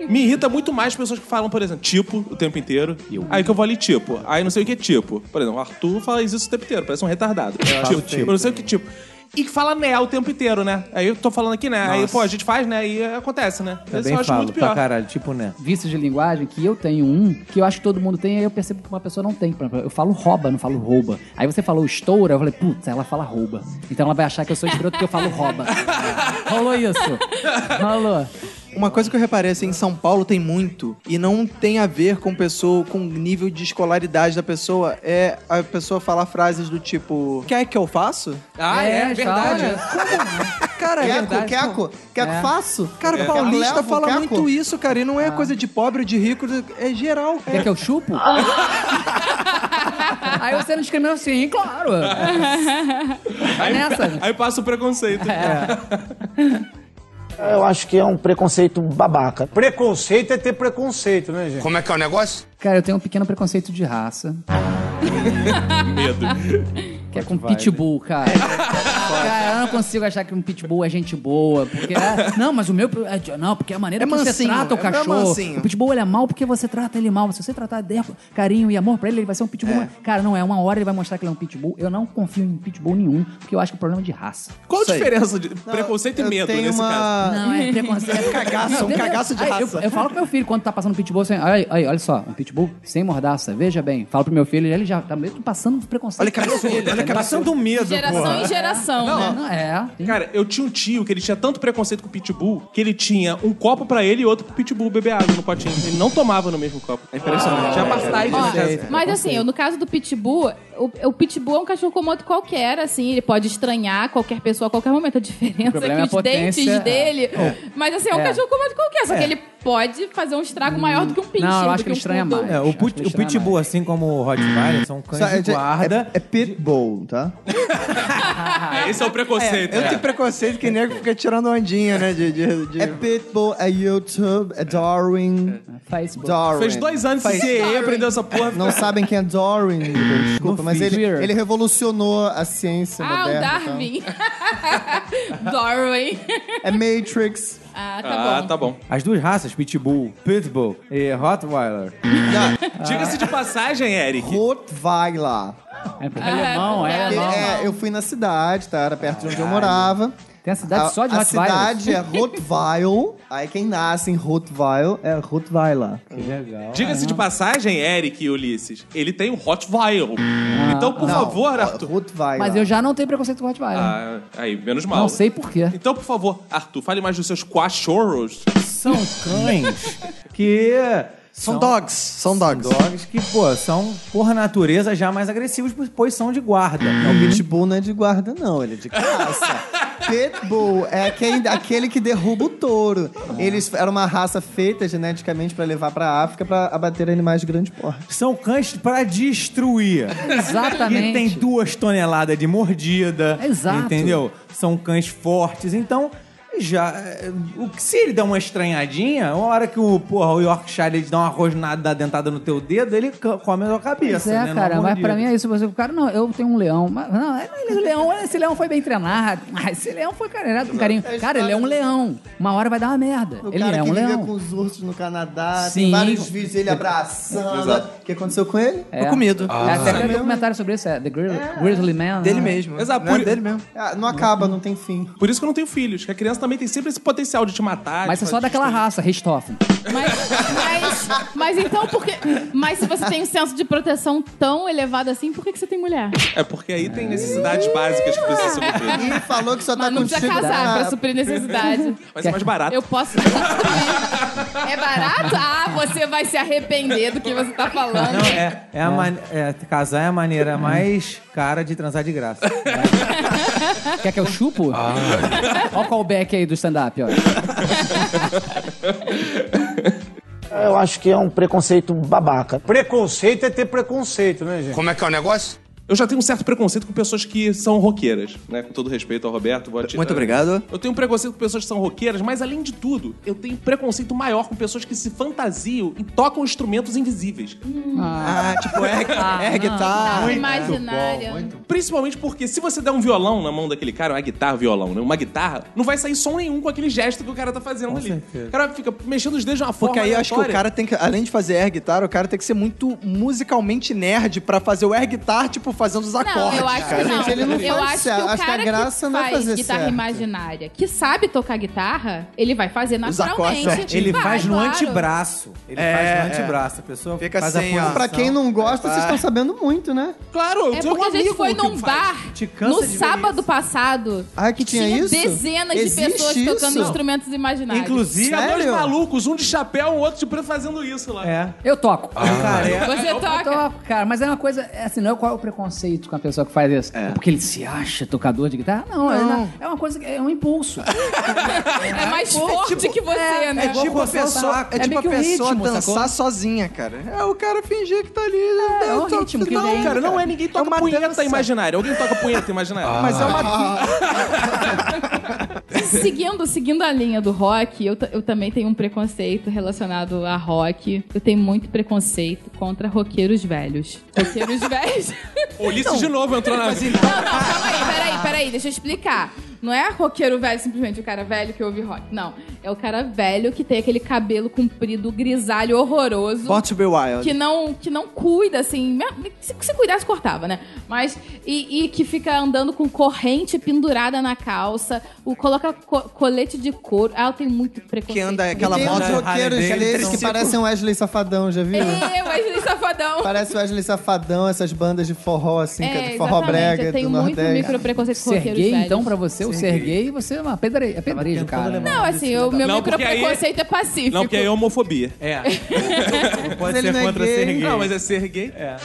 me irrita muito mais pessoas que falam, por exemplo, tipo o tempo inteiro. Aí que eu vou ali, tipo. Aí não sei o que é tipo. Por exemplo, o Arthur fala isso o tempo inteiro, parece um retardado. Tipo, tipo, não sei o que tipo. E que fala né o tempo inteiro, né? Aí eu tô falando aqui, né? Aí, pô, a gente faz, né? E acontece, né? Isso
Também
eu acho
falo
muito
pra
pior.
caralho, tipo, né?
Vícios de linguagem, que eu tenho um, que eu acho que todo mundo tem, aí eu percebo que uma pessoa não tem. Por exemplo, Eu falo rouba, não falo rouba. Aí você falou estoura, eu falei, putz, ela fala rouba. Então ela vai achar que eu sou escroto porque eu falo
[LAUGHS]
rouba. Rolou isso. Rolou.
Uma coisa que eu reparei, assim, em São Paulo tem muito, e não tem a ver com pessoa, com nível de escolaridade da pessoa, é a pessoa falar frases do tipo, quer que eu faço?
Ah, é,
já,
verdade.
olha.
Cara, é
Queco,
verdade.
queco, queco,
É.
faço?
Cara,
Queco,
paulista
levo,
fala
queco.
muito isso, cara, e não é coisa de pobre ou de rico, é geral.
Quer que eu chupo?
[LAUGHS]
Aí você não discrimina assim, claro. Vai nessa.
Aí passa o preconceito.
Eu acho que é um preconceito babaca. Preconceito é ter preconceito, né, gente?
Como é que é o negócio?
Cara, eu tenho um pequeno preconceito de raça.
Medo.
né?
Que é com pitbull, cara. Cara, eu não consigo achar que um pitbull é gente boa, porque é- Não, mas o meu... é- não, porque é a maneira
É
que você
mansinho,
trata o
é
cachorro.
mansinho.
o pitbull, ele é mal porque você trata ele mal. Se você tratar de carinho e amor pra ele, ele vai ser um pitbull. Cara, não, é uma hora ele vai mostrar que ele é um pitbull. Eu não confio em pitbull nenhum, porque eu acho que o problema é de raça.
Qual a
Isso aí.
diferença de
Não,
preconceito e
eu
medo
tenho
nesse
uma...
caso?
Não, é preconceito.
cagaço,
Não,
um
eu-
cagaço de
aí,
raça.
Eu, eu falo pro meu filho quando tá passando pitbull, assim, aí, aí, olha só, um pitbull sem mordaça, veja bem. Falo pro meu filho, ele já tá meio passando preconceito.
Olha que absurdo, olha que absurdo.
Passando um medo,
Geração
porra.
em geração,
Não,
né?
não, é. tem-
Cara, eu tinha um tio que ele tinha tanto preconceito com o pitbull que ele tinha um copo pra ele e outro pro pitbull beber água no potinho. Ele não tomava no mesmo copo. É impressionante. Tinha apartheid na casa.
Mas assim, eu, no caso do Pitbull, o, o Pitbull é um cachorro como outro qualquer, assim, ele pode estranhar qualquer pessoa a qualquer momento. A diferença
problema é
é
a
que os dentes
potência.
dele. Mas assim, é um
É. Hum.
cachorro como outro qualquer, só que
É.
ele pode fazer um estrago maior do que um pinche.
Não, eu
do
acho que ele
um
estranha
poodle.
mais.
É, o,
Acho
put-
que
o
estranha
Pitbull, assim como o Rottweiler, são cães
Só- é-
de guarda.
É, é pitbull, tá?
É. Ah, esse é o preconceito.
Eu
né?
tenho preconceito que nego fica tirando ondinha, né? De, de, de...
É pitbull, é YouTube, é Darwin.
É.
Faz boa.
Darwin.
Fez dois anos que você aprendeu essa porra.
Não sabem quem é Darwin, Igor, desculpa, mas ele,
Twitter.
ele revolucionou a ciência
Ah, o
moderna.
tá?
então.
Darwin. Darwin. [LAUGHS]
É Matrix.
Ah, tá
Ah,
bom.
tá bom.
é-
As duas raças, Pitbull, Pitbull e Rottweiler.
Diga-se de passagem, Eric.
Rottweiler.
É porque é alemão, é
Ah,
alemão.
É, eu fui na cidade, tá? Era perto de onde eu morava.
Tem a cidade só de
A
Rottweiler.
cidade
[LAUGHS]
é Rottweil. Aí quem nasce em Rottweil é Rottweiler.
Diga-se de passagem, Eric e Ulisses. Ele tem um Rottweiler. então, por
Não, é
favor, Arthur.
Rottweiler.
Mas eu já não tenho preconceito com o Rottweiler.
Ah, aí, menos mal.
não sei por quê.
Então, por favor, Arthur, fale mais dos seus quachorros.
São
[LAUGHS]
cães que...
São dogs, são dogs.
Dogs que, pô, são, por natureza, já mais agressivos, pois são de guarda.
O Pitbull não é de guarda, não, ele é de
[LAUGHS]
caça. Pitbull é aquele, aquele que derruba o touro.
Ah.
Eles eram uma raça feita geneticamente pra levar pra África pra abater animais de grande porte.
São cães pra destruir.
Exatamente.
Que tem duas toneladas de mordida.
Exato.
Entendeu? São cães fortes. Então, já. eh, o que- Se ele der uma estranhadinha, a hora que o, porra, o Yorkshire ele dá uma rosnada da dentada no teu dedo, ele c- come a tua
Pois
cabeça.
é,
né? Numa
cara, mas
mordida.
pra mim é isso. Você, cara, não, eu tenho um leão. Mas, não, é- mas o leão, esse leão foi bem treinado. [LAUGHS] Ah, Esse leão foi carinhado com carinho. Cara, ele é um leão. Uma hora vai dar uma merda.
O
ele
cara
é
que
um
viveu
leão.
com os ursos no Canadá,
Sim.
tem vários vídeos dele abraçando. O que aconteceu com ele?
É.
Tô com medo.
É, até aquele documentário sobre isso, é The Grizzly, Grizzly Man.
Dele
né?
mesmo.
Exato,
né?
por-
Dele mesmo.
Ah, não acaba, não tem fim.
Por isso que eu não tenho filhos, que a criança também tem sempre esse potencial de te matar.
Mas
de
é só
fazer-
daquela raça, Richthofen.
Mas, mas, mas então, por que. Mas se você tem um senso de proteção tão elevado assim, por que, que você tem mulher?
É porque aí tem necessidades básicas que precisam ser cumpridas.
E falou que só tá
Mas não
contigo...
precisa casar
pra-
pra suprir necessidade.
Mas é mais barato.
Eu posso casar também. É barato? Ah, você vai se arrepender do que você tá falando.
Não, é, é a mane- é, casar é a maneira mais cara de transar de graça.
Quer que eu chupo? [LAUGHS] Olha o callback aí do stand-up, ó.
Eu acho que é um preconceito babaca. Preconceito é ter preconceito, né, gente?
Eu já tenho um certo preconceito com pessoas que são roqueiras, né? Com todo respeito ao Roberto. Botti-
Muito obrigado.
Eu tenho um preconceito com pessoas que são roqueiras, mas além de tudo, eu tenho preconceito maior com pessoas que se fantasiam e tocam instrumentos invisíveis.
Ah, tipo, é, é guitarra.
Tá imaginária.
Principalmente porque se você der um violão na mão daquele cara, uma guitarra, violão, né? Uma guitarra, não vai sair som nenhum com aquele gesto que o cara tá fazendo ali. O cara fica mexendo os dedos de uma forma
Porque aí eu acho que o
aleatória.
cara tem que, além de fazer air guitar, o cara tem que ser muito musicalmente nerd pra fazer o air guitar, tipo, fazendo os acordes.
Não, eu acho
cara.
que não.
Gente, ele não
eu
faz
acho
certo.
que o
Acho que a
cara que,
graça não é
faz
fazer
guitarra
certo.
imaginária, que sabe tocar guitarra, ele vai fazer
Os acordes
é.
naturalmente.
Ele
Vai,
faz no
claro.
antebraço. Ele
É,
faz no
é.
antebraço. A pessoa
Fica
faz
assim,
a
ó.
posição.
Pra quem não gosta, vocês
Ah.
estão sabendo muito, né?
Claro, eu
É
tenho um
porque a gente
amigo
foi
que
num
faz.
bar
Te cansa
no
de ver
sábado passado.
Ah, que tinha isso?
dezenas
Existe
de pessoas tocando
isso?
instrumentos imaginários.
Inclusive,
Tinha dois
Sério?
malucos, um de chapéu, um outro de preto fazendo isso lá.
É.
Eu toco.
Cara, é.
Você
Eu
toca.
toco, cara, mas é uma coisa. é assim, não é qual é o preconceito com a pessoa que faz isso. É porque ele se acha tocador de guitarra? Não, é uma- É, uma coisa. que- É um impulso.
É mais forte que você, né?
É tipo a
coçar o
pessoa,
saco.
é
É
tipo
meio
a
que o
pessoa
ritmo,
dançar
sacou?
sozinha, cara. É o cara fingir que tá ali. né?
é o
Só-
ritmo que
não,
vem.
Cara, não é Ah. ninguém toca
uma
punheta
dança.
imaginária. Alguém toca punheta imaginária.
Mas é uma.
Seguindo, seguindo a linha do rock, eu, ta- eu também tenho um preconceito relacionado a rock. Eu tenho muito preconceito contra roqueiros velhos. Roqueiros velhos.
Ulisses Ah. de novo entrou na.
Não, não, calma aí, peraí. peraí, deixa eu explicar. Não é roqueiro velho, simplesmente o cara velho que ouve rock. Não. É o cara velho que tem aquele cabelo comprido, grisalho, horroroso.
Born to be wild.
que não que não cuida assim se, se cuidasse cortava né mas e, e que fica andando com corrente pendurada na calça o coloca co- colete de couro ah eu tenho muito preconceito
Que anda
com
aquela
Tem
moto
uns roqueiros
um Harley
desses que
Davidson. um
parecem
um
Wesley Safadão, já viu?
É, isso. eu Wesley Safadão
Parece Wesley Safadão, essas bandas de forró, assim, que é de forró
exatamente.
brega
eu tenho
do
muito
Nordeste.
micro preconceito com roqueiros
Serguei,
velhos.
então, pra você, o Serguei, você é uma pedre... é pedrejo, cara.
Não, assim, o meu
Não,
micro
porque aí-
preconceito é pacífico.
Não, porque aí é homofobia.
É. Não pode
Mas ele
ser
não é
contra
gay.
ser gay.
Não, mas é ser gay.
Ah,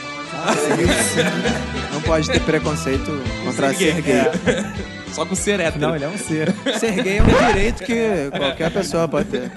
[LAUGHS] Não pode ter preconceito contra
Ser gay.
ser gay.
é.
Só com ser hétero.
Não, ele é um ser.
Ser gay é um direito que qualquer pessoa pode ter.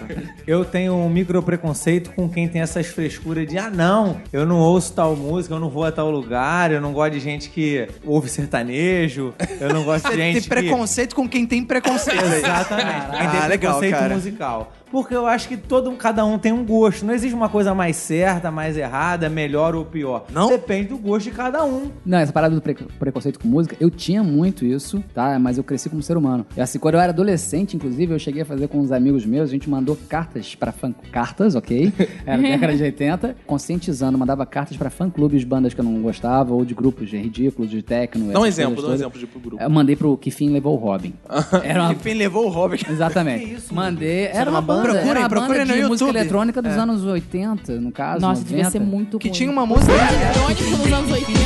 Eu tenho um micro preconceito com quem tem essas frescuras de ah, não, eu não ouço tal música, eu não vou a tal lugar, eu não gosto de gente que ouve sertanejo, eu não gosto de gente
Tem
que...
preconceito com quem tem preconceito.
Exatamente. Quem tem
Ah, legal,
preconceito
cara.
musical. Porque eu acho que todo, cada um tem um gosto. Não existe uma coisa mais certa, mais errada, melhor ou pior.
Não?
Depende do gosto de cada um.
Não, essa parada do pre- preconceito com música, eu tinha muito isso, tá? Mas eu cresci como ser humano. E assim, quando eu era adolescente, inclusive, eu cheguei a fazer com uns amigos meus, a gente mandou cartas pra fã... Cartas, ok? Era na década de 80. Conscientizando, mandava cartas pra fã-clubes, bandas que eu não gostava, ou de grupos ridículos, de techno.
Dá um
essas
exemplo,
coisas
dá um
todas.
exemplo de pro grupo.
Eu mandei pro Que Fim Levou
[LAUGHS]
o Robin. Era uma...
Enfim, levou o Robert.
Exatamente. Mandei. Era uma banda,
Procurem,
era uma
procurem
banda
no
de música
YouTube.
eletrônica
É.
dos anos 80, no caso.
Nossa, devia
90.
ser muito
Que
ruim.
tinha uma música.
Crônico nos anos 80.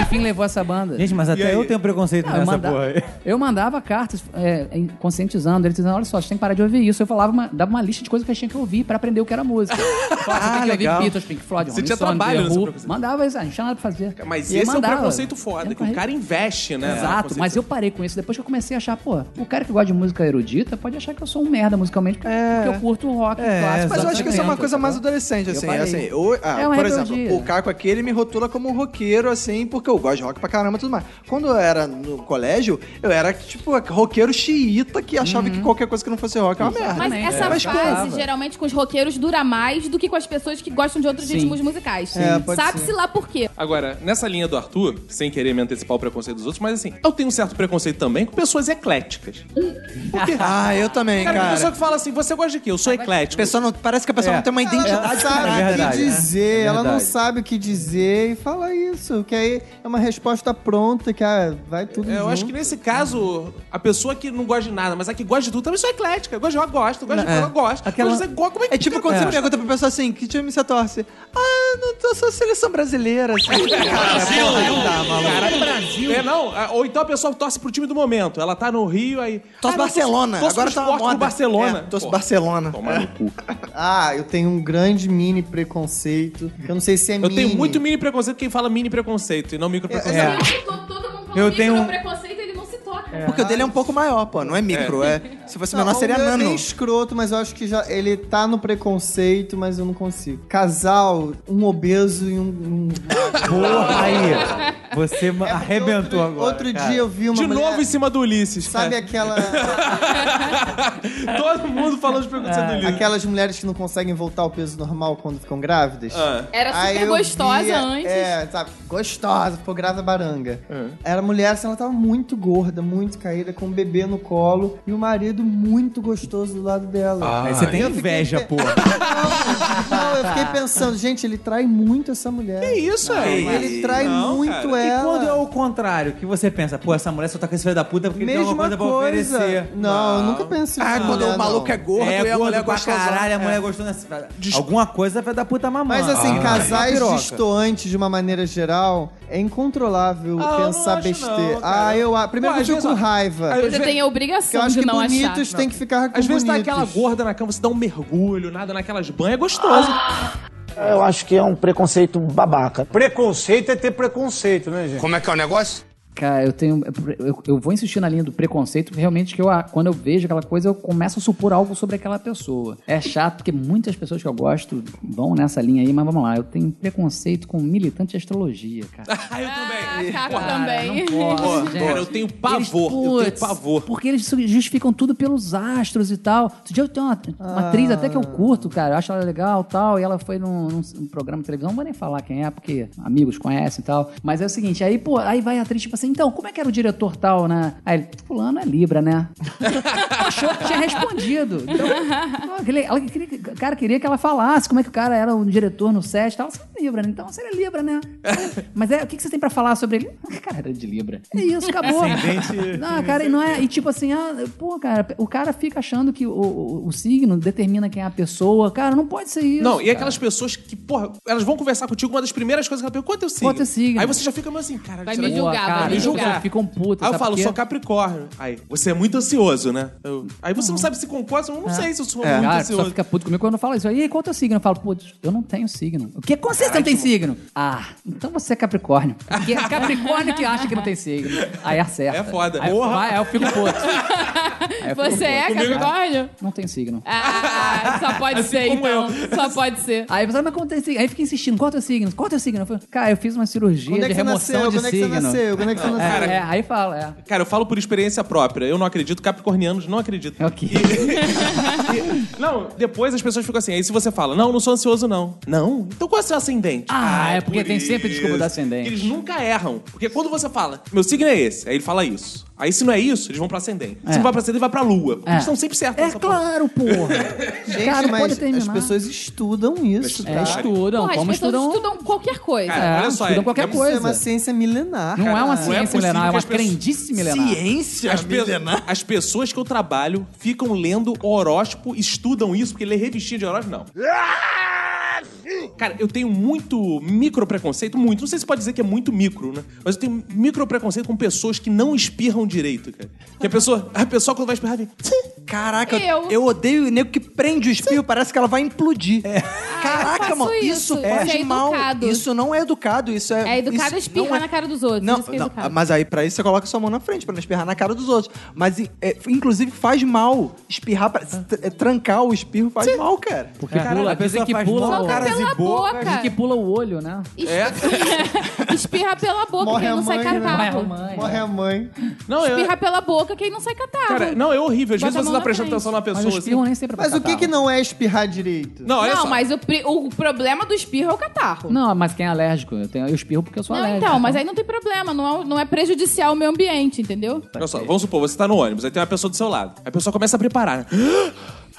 Enfim, levou essa banda.
Gente, mas até eu tenho preconceito
Ah, eu,
nessa
manda-
porra aí.
eu mandava cartas é, em- conscientizando, eles dizendo, olha só, você tem que parar de ouvir isso. Eu falava, uma, dava uma lista de coisas que eles tinham que ouvir pra aprender o que
[LAUGHS]
era música. Fala, você tem que
legal.
ouvir Beatles, Pink Floyd,
Ah, Você
Rolling
tinha
Stone,
trabalho
The
nessa
Who.
preconceito.
Mandava isso, a gente tinha nada pra fazer.
Mas
E aí
esse é um
mandava.
preconceito foda, que o cara investe, né? no
Exato, mas eu parei É, com isso depois que eu comecei a achar, pô, o cara que gosta de música erudita pode achar que eu sou um merda musicalmente, porque, porque eu curto rock clássico.
Mas eu acho que isso é uma
exatamente,
coisa mais
sacou?
adolescente,
Eu
assim.
parei.
assim eu- ah,
É
um
uma
por
rebeldia.
exemplo, o Caco aqui, ele me rotula como um roqueiro, assim, porque eu gosto de rock pra caramba e tudo mais. Quando eu era no colégio, eu era, tipo, roqueiro xiita que achava que qualquer coisa que não fosse rock era uma merda.
Mas essa
Mas
fase,
como?
geralmente, com os roqueiros, dura mais do que com as pessoas que gostam de outros
Sim.
ritmos musicais.
É, pode
Sabe-se
ser.
lá por quê.
Agora, nessa linha do Arthur, sem querer me antecipar o preconceito dos outros, mas assim, eu tenho um certo preconceito também com pessoas ecléticas.
Ah, eu também,
Cara,
cara.
tem pessoa que fala assim, você gosta de quê? Eu sou eclético.
Pessoa não, parece que a pessoa não tem uma
Ela
identidade.
não sabe
[LAUGHS] É
o que
verdade, né?
dizer,
É
ela não
verdade.
sabe o que dizer e fala isso, que aí é uma resposta pronta, que ah, vai tudo
É, eu
junto.
acho que nesse caso, a pessoa que não gosta de nada, mas a que gosta de tudo também sou eclética. Eu gosto de rock, gosto. Eu gosto de
É.
rock, gosto.
Aquela-
Gosto de igual, como é que
É tipo quando
É.
você pergunta pra pessoa assim, que time você torce? Ah, não, eu sou seleção brasileira. Assim. Cara, porra, não dá, maluco.
Caralho, Brasil. É, não. Ah, Ou então a pessoa torce pro time do momento. Ela tá no Rio, aí...
Torce
não,
Barcelona.
Torce
Agora
pro
tá
Sport,
uma
pro
moda.
Barcelona.
É, torce
Pô,
Barcelona.
Tomar no cu.
Ah, eu tenho um grande mini preconceito, que eu não sei se é
Eu
mini.
tenho muito mini preconceito quem fala mini preconceito e não micro preconceito.
É.
Todo, todo mundo falando
Eu
isso,
tenho-
meu preconceito, ele não se toca.
Porque o dele é um pouco maior, pô. Não é micro, é. Se fosse
Ah. Não,
menor,
o
seria
meu É
nano.
bem escroto, mas eu acho que já ele tá no preconceito, mas eu não consigo. Casal, um obeso e um. um-
Porra aí. Você ma-
É
[LAUGHS]
porque
arrebentou
outro,
agora.
Outro
cara.
dia eu vi é uma.
De
mulher,
novo em cima do Ulisses. É,
Sabe aquela. [LAUGHS]
Todo mundo falando de preconceito do Ulisses.
Aquelas mulheres que não conseguem voltar ao peso normal quando ficam grávidas.
Ah.
Era super
Aí eu
gostosa
via-
antes.
É, sabe? Gostosa, ficou grávida baranga. Era mulher, assim, ela tava muito gorda, muito caída, com um bebê no colo e o marido muito gostoso do lado dela.
Aí você tem
Eu fiquei
inveja,
pe-
porra.
Não, eu fiquei pensando, gente, ele trai muito essa mulher.
Que isso, é?
Ele trai
Não,
muito
cara.
ela.
E quando é o contrário, que você pensa, pô, essa mulher só tá com esse filho da puta porque ele tem
Mesma
alguma coisa,
coisa.
pra oferecer.
Não, eu nunca penso nisso.
Ah,
na
quando
mulher,
o maluco
não.
é gordo
é,
e a
gordo
mulher
pra
gostosona.
caralho,
É.
é
a mulher gostou dessa... Alguma coisa vai dar puta mamãe.
Mas assim, casais
piroca.
distoantes de uma maneira geral, é incontrolável
Ah, eu não
pensar
acho
besteira.
não, cara.
ah, eu a- primeiro
Pô,
que eu
às
fico com
vezes, ó,
raiva.
às
Você
vezes-
tem a
Porque eu
obrigação
acho
de
que
não
bonitos
achar.
tem que ficar com
Às vezes tá
bonitos.
aquela gorda na cama, você dá um mergulho, nada naquelas banhas, é gostoso.
Eu acho que é um preconceito babaca. Preconceito é ter preconceito, né, gente?
Como é que é o negócio?
Cara, eu tenho. Eu, eu vou insistir na linha do preconceito, porque realmente que eu, ah, quando eu vejo aquela coisa, eu começo a supor algo sobre aquela pessoa. É chato, porque muitas pessoas que eu gosto vão nessa linha aí, mas vamos lá. Eu tenho preconceito com militante de astrologia, cara.
Ah, eu também.
Ah,
Cara,
tá, também.
Não posso, gente.
Cara, eu tenho pavor. eu tenho
Putz,
pavor.
Porque eles su- justificam tudo pelos astros e tal. Outro dia eu tenho uma, uma atriz até que eu curto, cara. Eu acho ela legal e tal. E ela foi num, num- num programa de televisão. Não vou nem falar quem é, porque amigos conhecem e tal. Mas é o seguinte, aí, pô, aí vai a atriz, tipo assim, então, como é que era o diretor tal, né? Aí ele, fulano é Libra, né? Achou que tinha respondido. Então, pô, aquele- ela queria, o cara queria que ela falasse como é que o cara era o diretor no set e tal. Você é Libra, né? Então, você é Libra, né? Mas é, o que que você tem pra falar sobre ele? Ah, Cara, era de Libra. É isso, acabou. Não, cara, e não é. E tipo assim, ah, pô, cara, o cara fica achando que o, o- o signo determina quem é a pessoa. Cara, não pode ser isso.
Não, e
cara.
aquelas pessoas que, porra, elas vão conversar contigo, uma das primeiras coisas que ela pergunta, quanto é o signo?
Quanto é o signo?
Aí você já fica meio assim, cara,
Vai
será
me
que-
julgar, vai
cara,
me
as
julgar.
pessoas ficam putas.
Aí eu
sabe
falo,
por quê?
sou Capricórnio. Aí, você é muito ansioso, né? Eu- aí você não sabe se concorda, eu não sei se eu
É.
sou muito
Uhum. Ah. É. Cara, a pessoa
ansioso.
fica puto comigo quando eu falo isso. E aí, qual é o teu signo? Eu falo, putz, eu não tenho signo. O que? Como você não tem signo? Ah, então você é Capricórnio. Porque é Capricórnio que acha que não tem signo. Aí acerta.
É foda.
Aí, eu-
Porra.
Aí eu fico puto. Aí eu fico
Você é
puto.
Capricórnio?
Não tem signo.
Ah, só pode
Assim
ser,
como
então.
eu.
Só pode ser.
Aí você mas como tem signo? Aí fica insistindo, qual é o teu signo? Qual é o teu signo? Eu falo, cara, eu fiz uma cirurgia
Quando é
de
que você
remoção
nasceu?
de
Quando é que você
signo.
nasceu? Quando é que você nasceu?
É, é, aí fala, é.
[LAUGHS] Cara, eu falo por experiência própria. Eu não acredito, capricornianos não
É
acreditam.
É
Ok.
[LAUGHS] Não, depois as pessoas ficam assim. Aí se você fala, não, não sou ansioso, não. Não? Então qual é o seu ascendente?
Ah, é porque
por
tem sempre desculpa do ascendente.
Eles nunca erram. Porque quando você fala, meu signo é esse, aí ele fala isso. Aí se não é isso, eles vão pra ascendente. Se não vai pra ascendente, vai pra lua. Porque
É.
eles estão sempre certos.
É
nessa porra.
claro, porra.
[LAUGHS]
Gente,
cara,
mas
pode terminar.
as pessoas estudam isso.
É, estudam,
Pô, as
como
pessoas
estudam...
estudam qualquer coisa.
Cara,
É,
olha só,
estudam
é-
qualquer
é-
Isso é
coisa.
uma ciência milenar.
Não é uma
Não é
ciência
possível
milenar, é
que
uma
as pessoas-
crendice milenar.
Ciência
As, pe- as pessoas que eu trabalho ficam lendo horóscopo, estudam isso, porque ler revistinha de horóscopo, não. Cara, eu tenho muito micro preconceito, muito. Não sei se pode dizer que é muito micro, né? Mas eu tenho micro preconceito com pessoas que não espirram direito, cara. Que a pessoa, a pessoa quando vai espirrar, vem.
Caraca, eu...
Eu.
eu odeio o nego que prende o espirro, parece que ela vai implodir.
Ah,
É.
[LAUGHS]
eu
Caraca,
faço
mano, isso,
isso,
faz
isso é
mal.
educado.
Isso não é educado, isso é.
É educado
isso não
espirrar
é-
na cara dos outros.
Não,
isso que é
não,
educado.
mas aí pra isso você coloca sua mão na frente, pra não espirrar na cara dos outros. Mas é, inclusive faz mal. Espirrar, pra- tr- é, trancar o espirro faz mal, cara.
Porque pula, dizem que
faz
pula,
Solta
mal,
o-
caras
pela
e bocas,
boca.
dizem que pula o olho, né?
Es- Espirra pela boca
Morre
quem
a
não sai
mãe, né?
catarro.
Morre a mãe.
Morre a mãe.
Não, eu.
Espirra pela boca quem não sai catarro.
Cara, não, é horrível. Às
Bota
vezes
a
você
mão
tá
na
prestando
frente.
atenção na
Mas
pessoa
o espirro
assim.
nem sempre é pra
Mas o que,
catarro.
que não é espirrar direito?
Não, olha
Não,
só.
mas o, pri- o problema do espirro é o catarro.
Não, mas quem é alérgico? Eu, tenho, eu espirro porque eu sou
Não,
alérgico.
então, mas aí não tem problema. Não é, não é prejudicial ao meio ambiente, entendeu?
Olha só, vamos supor, você tá no ônibus, aí tem uma pessoa do seu lado. Aí a pessoa começa a preparar. né?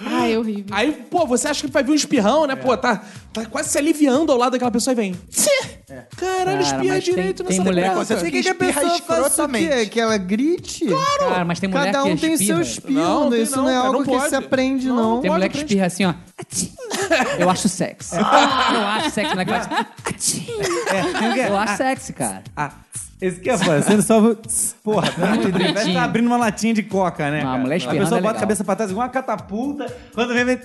Ai, é horrível.
Aí, pô, você acha que vai vir um espirrão, né? Pô, tá, tá quase se aliviando ao lado daquela pessoa e vem. "Tchê! Caralho,
Cara,
espirra
mas tem-
direito
tem
nessa
mulher-
mulher.
Você tem que, que a pessoa faça o quê?
escrotamente.
É Que ela grite?
Cara, mas tem mulher
Cada um
que
tem
espirra.
seu espirro.
Não, tem
isso
não,
não, é
cara,
algo
não
que
pode.
se aprende,
Não,
não.
Tem
Olha,
mulher que espirra assim, ó. Atim. Eu acho sexy.
É.
[LAUGHS] Eu acho sexy, né? que faz atim.
É,
Eu acho sexy, cara.
Ah, esse que é foda. Você só... Porra, pelo amor de Deus. Parece que tá abrindo uma latinha de coca, né,
Não, a
cara?
mulher
a
espirrando
pessoa
é
bota
legal.
a cabeça pra trás igual uma catapulta. Quando vem, vem...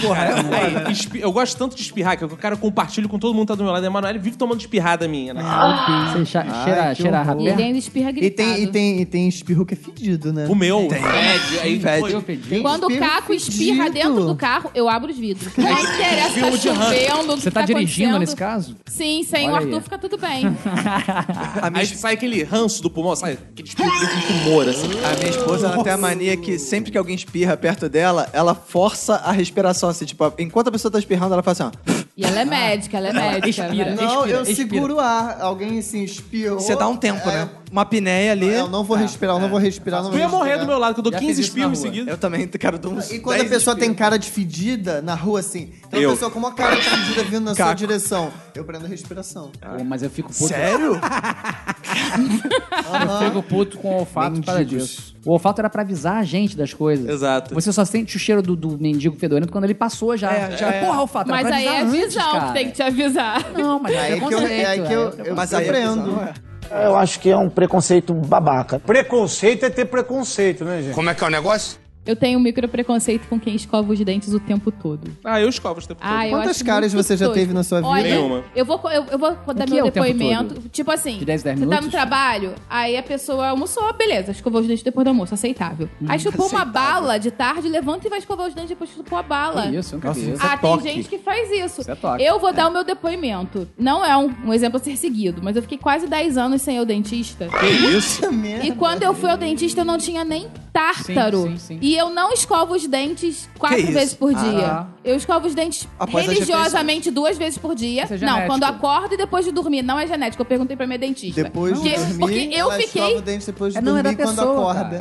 Porra, é foda.
Aí, espi- Eu gosto tanto de espirrar que o cara compartilha com todo mundo que tá do meu lado. E a Manoel vive tomando espirrada minha.
Ah,
Né?
Ah,
Você che- cheira, cheira a
E ele
rapé?
ainda espirra
E
gritado.
tem, e, tem, e tem espirro que é fedido, né?
O meu, fede. Aí,
Fede.
pô,
Tem
Quando o
espirro
Caco espirra
fedido.
dentro do carro, eu abro os vidros. Não interessa se tá
Filme de ranço.
chovendo, o que
Você tá dirigindo
acontecendo.
nesse caso?
Sim, sem
Olha
o
aí.
Arthur fica tudo bem.
Aí sai aquele ranço do pulmão, sai aquele espirro de tumor, assim.
A minha esposa ela tem a mania que sempre que alguém espirra perto dela, ela força a respiração. Assim, tipo, enquanto a pessoa tá espirrando, ela faz assim, ó.
E ela é médica, ela é médica.
Ah. Respira.
ela-
Não,
Respira,
eu
respira.
seguro o ar. Alguém assim espirrou.
Você dá um tempo,
É,
né? Uma apneia ali.
Eu não vou respirar, eu não vou respirar, não
Tu
vou
ia
respirar.
morrer do meu lado, que eu dou
Já
15
fiz isso na
espirros em
rua.
seguida.
Eu também, cara, dou uns
E quando a
10
pessoa tem
espirros.
cara de fedida na rua, assim, então
Eu.
a pessoa com uma cara de fedida vindo na sua
Caco.
direção, eu prendo a respiração.
Pô, mas eu fico puto.
Sério?
Eu fico puto com o olfato para disso. O olfato era pra avisar a gente das coisas.
Exato.
Você só sente o cheiro do, do mendigo fedorento quando ele passou já.
É, já é.
Porra, olfato, era
Mas
pra
aí é
avisar tá antes,
visão
cara.
que tem que te avisar.
Não, mas é
Aí que eu,
preconceito,
aí que eu,
é.
eu
Mas
mas
aí é
prendo. [LAUGHS]
bizarro, é.
Eu acho que é um preconceito babaca. Preconceito é ter preconceito, né, gente?
Como é que é o negócio?
Eu tenho um micro preconceito com quem escova os dentes o tempo todo.
Ah, eu escovo os tempos
Ah, eu
Quantas
acho
caras
muito
você já
tosco.
teve na sua vida?
Olha,
Nenhuma.
Eu vou, co- eu, eu vou dar
que
meu
é o tempo
depoimento.
todo?
Tipo assim,
De 10 a 10
você tá no
minutos?
trabalho, aí a pessoa almoçou, beleza, escovou os dentes depois do almoço, aceitável. aí chupou uma bala de tarde, levanta e vai escovar os dentes depois que chupou a bala.
Que Isso, nunca
Nossa,
vi isso.
é
Ah,
toque.
tem gente que faz isso.
Isso é toque.
Eu vou dar o meu depoimento. Não é um, um exemplo a ser seguido, mas eu fiquei quase 10 anos sem ir ao dentista.
Que isso?
E quando eu fui ao dentista, eu não tinha nem tártaro.
Sim, sim, sim.
E eu não escovo os dentes
Que
quatro
isso?
vezes por dia.
tá.
Ah.
Eu escovo os dentes
Após as
religiosamente duas vezes por dia.
Isso é
não,
genético.
quando acordo e depois de dormir. Não é genético. Eu perguntei pra minha dentista.
Depois de
Porque-
dormir,
porque eu
ela
fiquei-
escova o dente depois de
É, não, é da
dormir quando
pessoa,
acorda.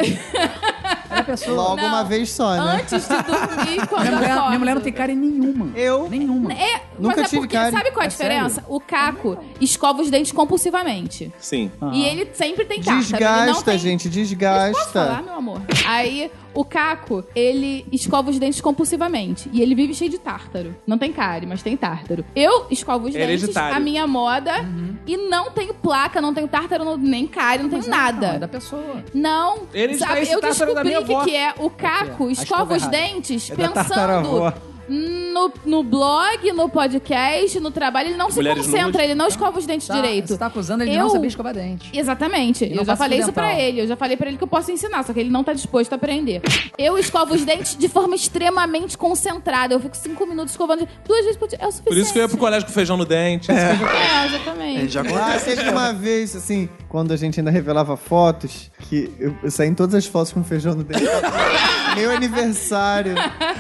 Era a pessoa.
Logo
Não.
uma vez só, né?
Antes de
[LAUGHS]
dormir, quando
Minha mulher,
acordo.
minha mulher não tem cara nenhuma.
Eu
Nenhuma.
É,
Nunca
mas é
tive
porque,
cárie.
sabe qual a
É
diferença? O Caco escova os dentes compulsivamente.
Sim.
E ele sempre
Ah.
tem tártaro. ele não
desgasta,
tem...
gente,
Posso falar,
desgasta.
meu amor? Aí, o Caco, ele escova os dentes compulsivamente. E ele vive cheio de tártaro. Não tem cárie, mas tem tártaro. Eu escovo os dentes,
Hereditário. Uhum.
a minha moda, e não tenho placa, não tenho tártaro, não- nem cárie, não tenho
Não, é da
nada.
pessoa.
Não,
Ele está
sabe?
esse
Eu
tártaro
descobri
da minha
o que,
avó. É
que é. O Caco
A escova
escova os
errada.
É
dentes
da tataravó.
pensando... No, no blog, no podcast, no trabalho, ele não se
Mulheres
concentra,
nuas.
ele não escova os dentes
Tá,
direito.
Você tá acusando ele de
Eu-
não saber escovar dente.
Exatamente.
não
Eu já
passa
falei
fio
isso pra
dental.
ele. Eu já falei pra ele que eu posso ensinar, só que ele não tá disposto a aprender. Eu escovo os dentes de forma extremamente concentrada. Eu fico cinco minutos escovando duas vezes por dia. É o suficiente.
Por isso que eu ia pro colégio com feijão no dente.
É, exatamente.
Já
Ah,
acontece.
teve uma vez, assim, quando a gente ainda revelava fotos, que eu, eu saí em todas as fotos com feijão no dente. Meu aniversário.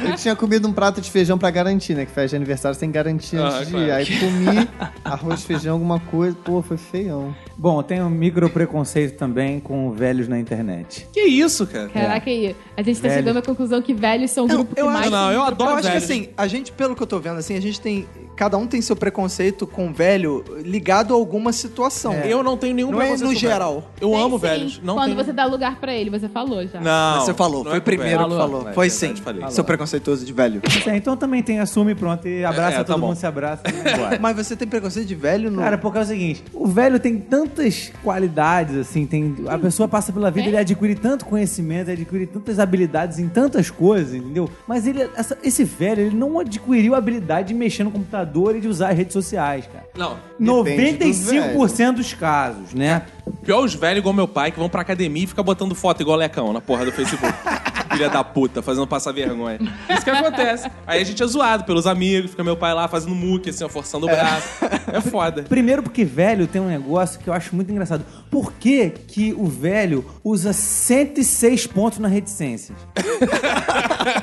Eu tinha comido um prato de feijão pra garantir, né? Que festa de aniversário sem garantia
Ah,
antes de ir.
claro.
Aí comi arroz, feijão, alguma coisa. Pô, foi feião.
Bom, eu tenho um micro preconceito também com velhos na internet.
Que isso, cara?
Caraca, aí, a gente tá
Velho.
chegando à conclusão que velhos são o grupo que
eu
mais...
acho-
Não, eu adoro
eu acho que
velhos.
assim, a gente, pelo que eu tô vendo, assim, a gente tem. Cada um tem seu preconceito com velho ligado a alguma situação.
Eu não tenho nenhum
Não é
preconceito
no
com velho.
geral.
Eu
Tem
amo
sim.
velhos. Não
Quando
tenho...
você dá lugar pra ele, você falou já.
Não.
Você falou,
não
foi
é
o
com
primeiro
velho.
que falou.
É
foi
verdade,
sim.
falei.
Seu preconceituoso de velho.
Isso aí, então também tem assume, pronto, e abraça,
É, é, tá
todo
bom.
mundo se abraça e vai embora.
Mas você tem preconceito de velho no.
Cara, porque é o seguinte, o velho tem tantas qualidades, assim, tem, a pessoa passa pela vida,
Tem.
ele adquire tanto conhecimento, ele adquire tantas habilidades em tantas coisas, entendeu? Mas ele, essa- esse velho, ele não adquiriu a habilidade de mexer no computador e de usar as redes sociais, cara.
Não.
Depende do
95% dos casos, né?
Pior os velhos igual meu pai que vão pra academia e fica botando foto igual lecão na porra do [LAUGHS] Facebook. Filha da puta, fazendo passar vergonha. Isso que acontece. Aí a gente é zoado pelos amigos, fica meu pai lá fazendo muque, assim, ó, forçando o braço. É [LAUGHS] foda.
Primeiro porque velho tem um negócio que eu acho muito engraçado. Por que, que o velho usa 106 pontos na reticência? [LAUGHS]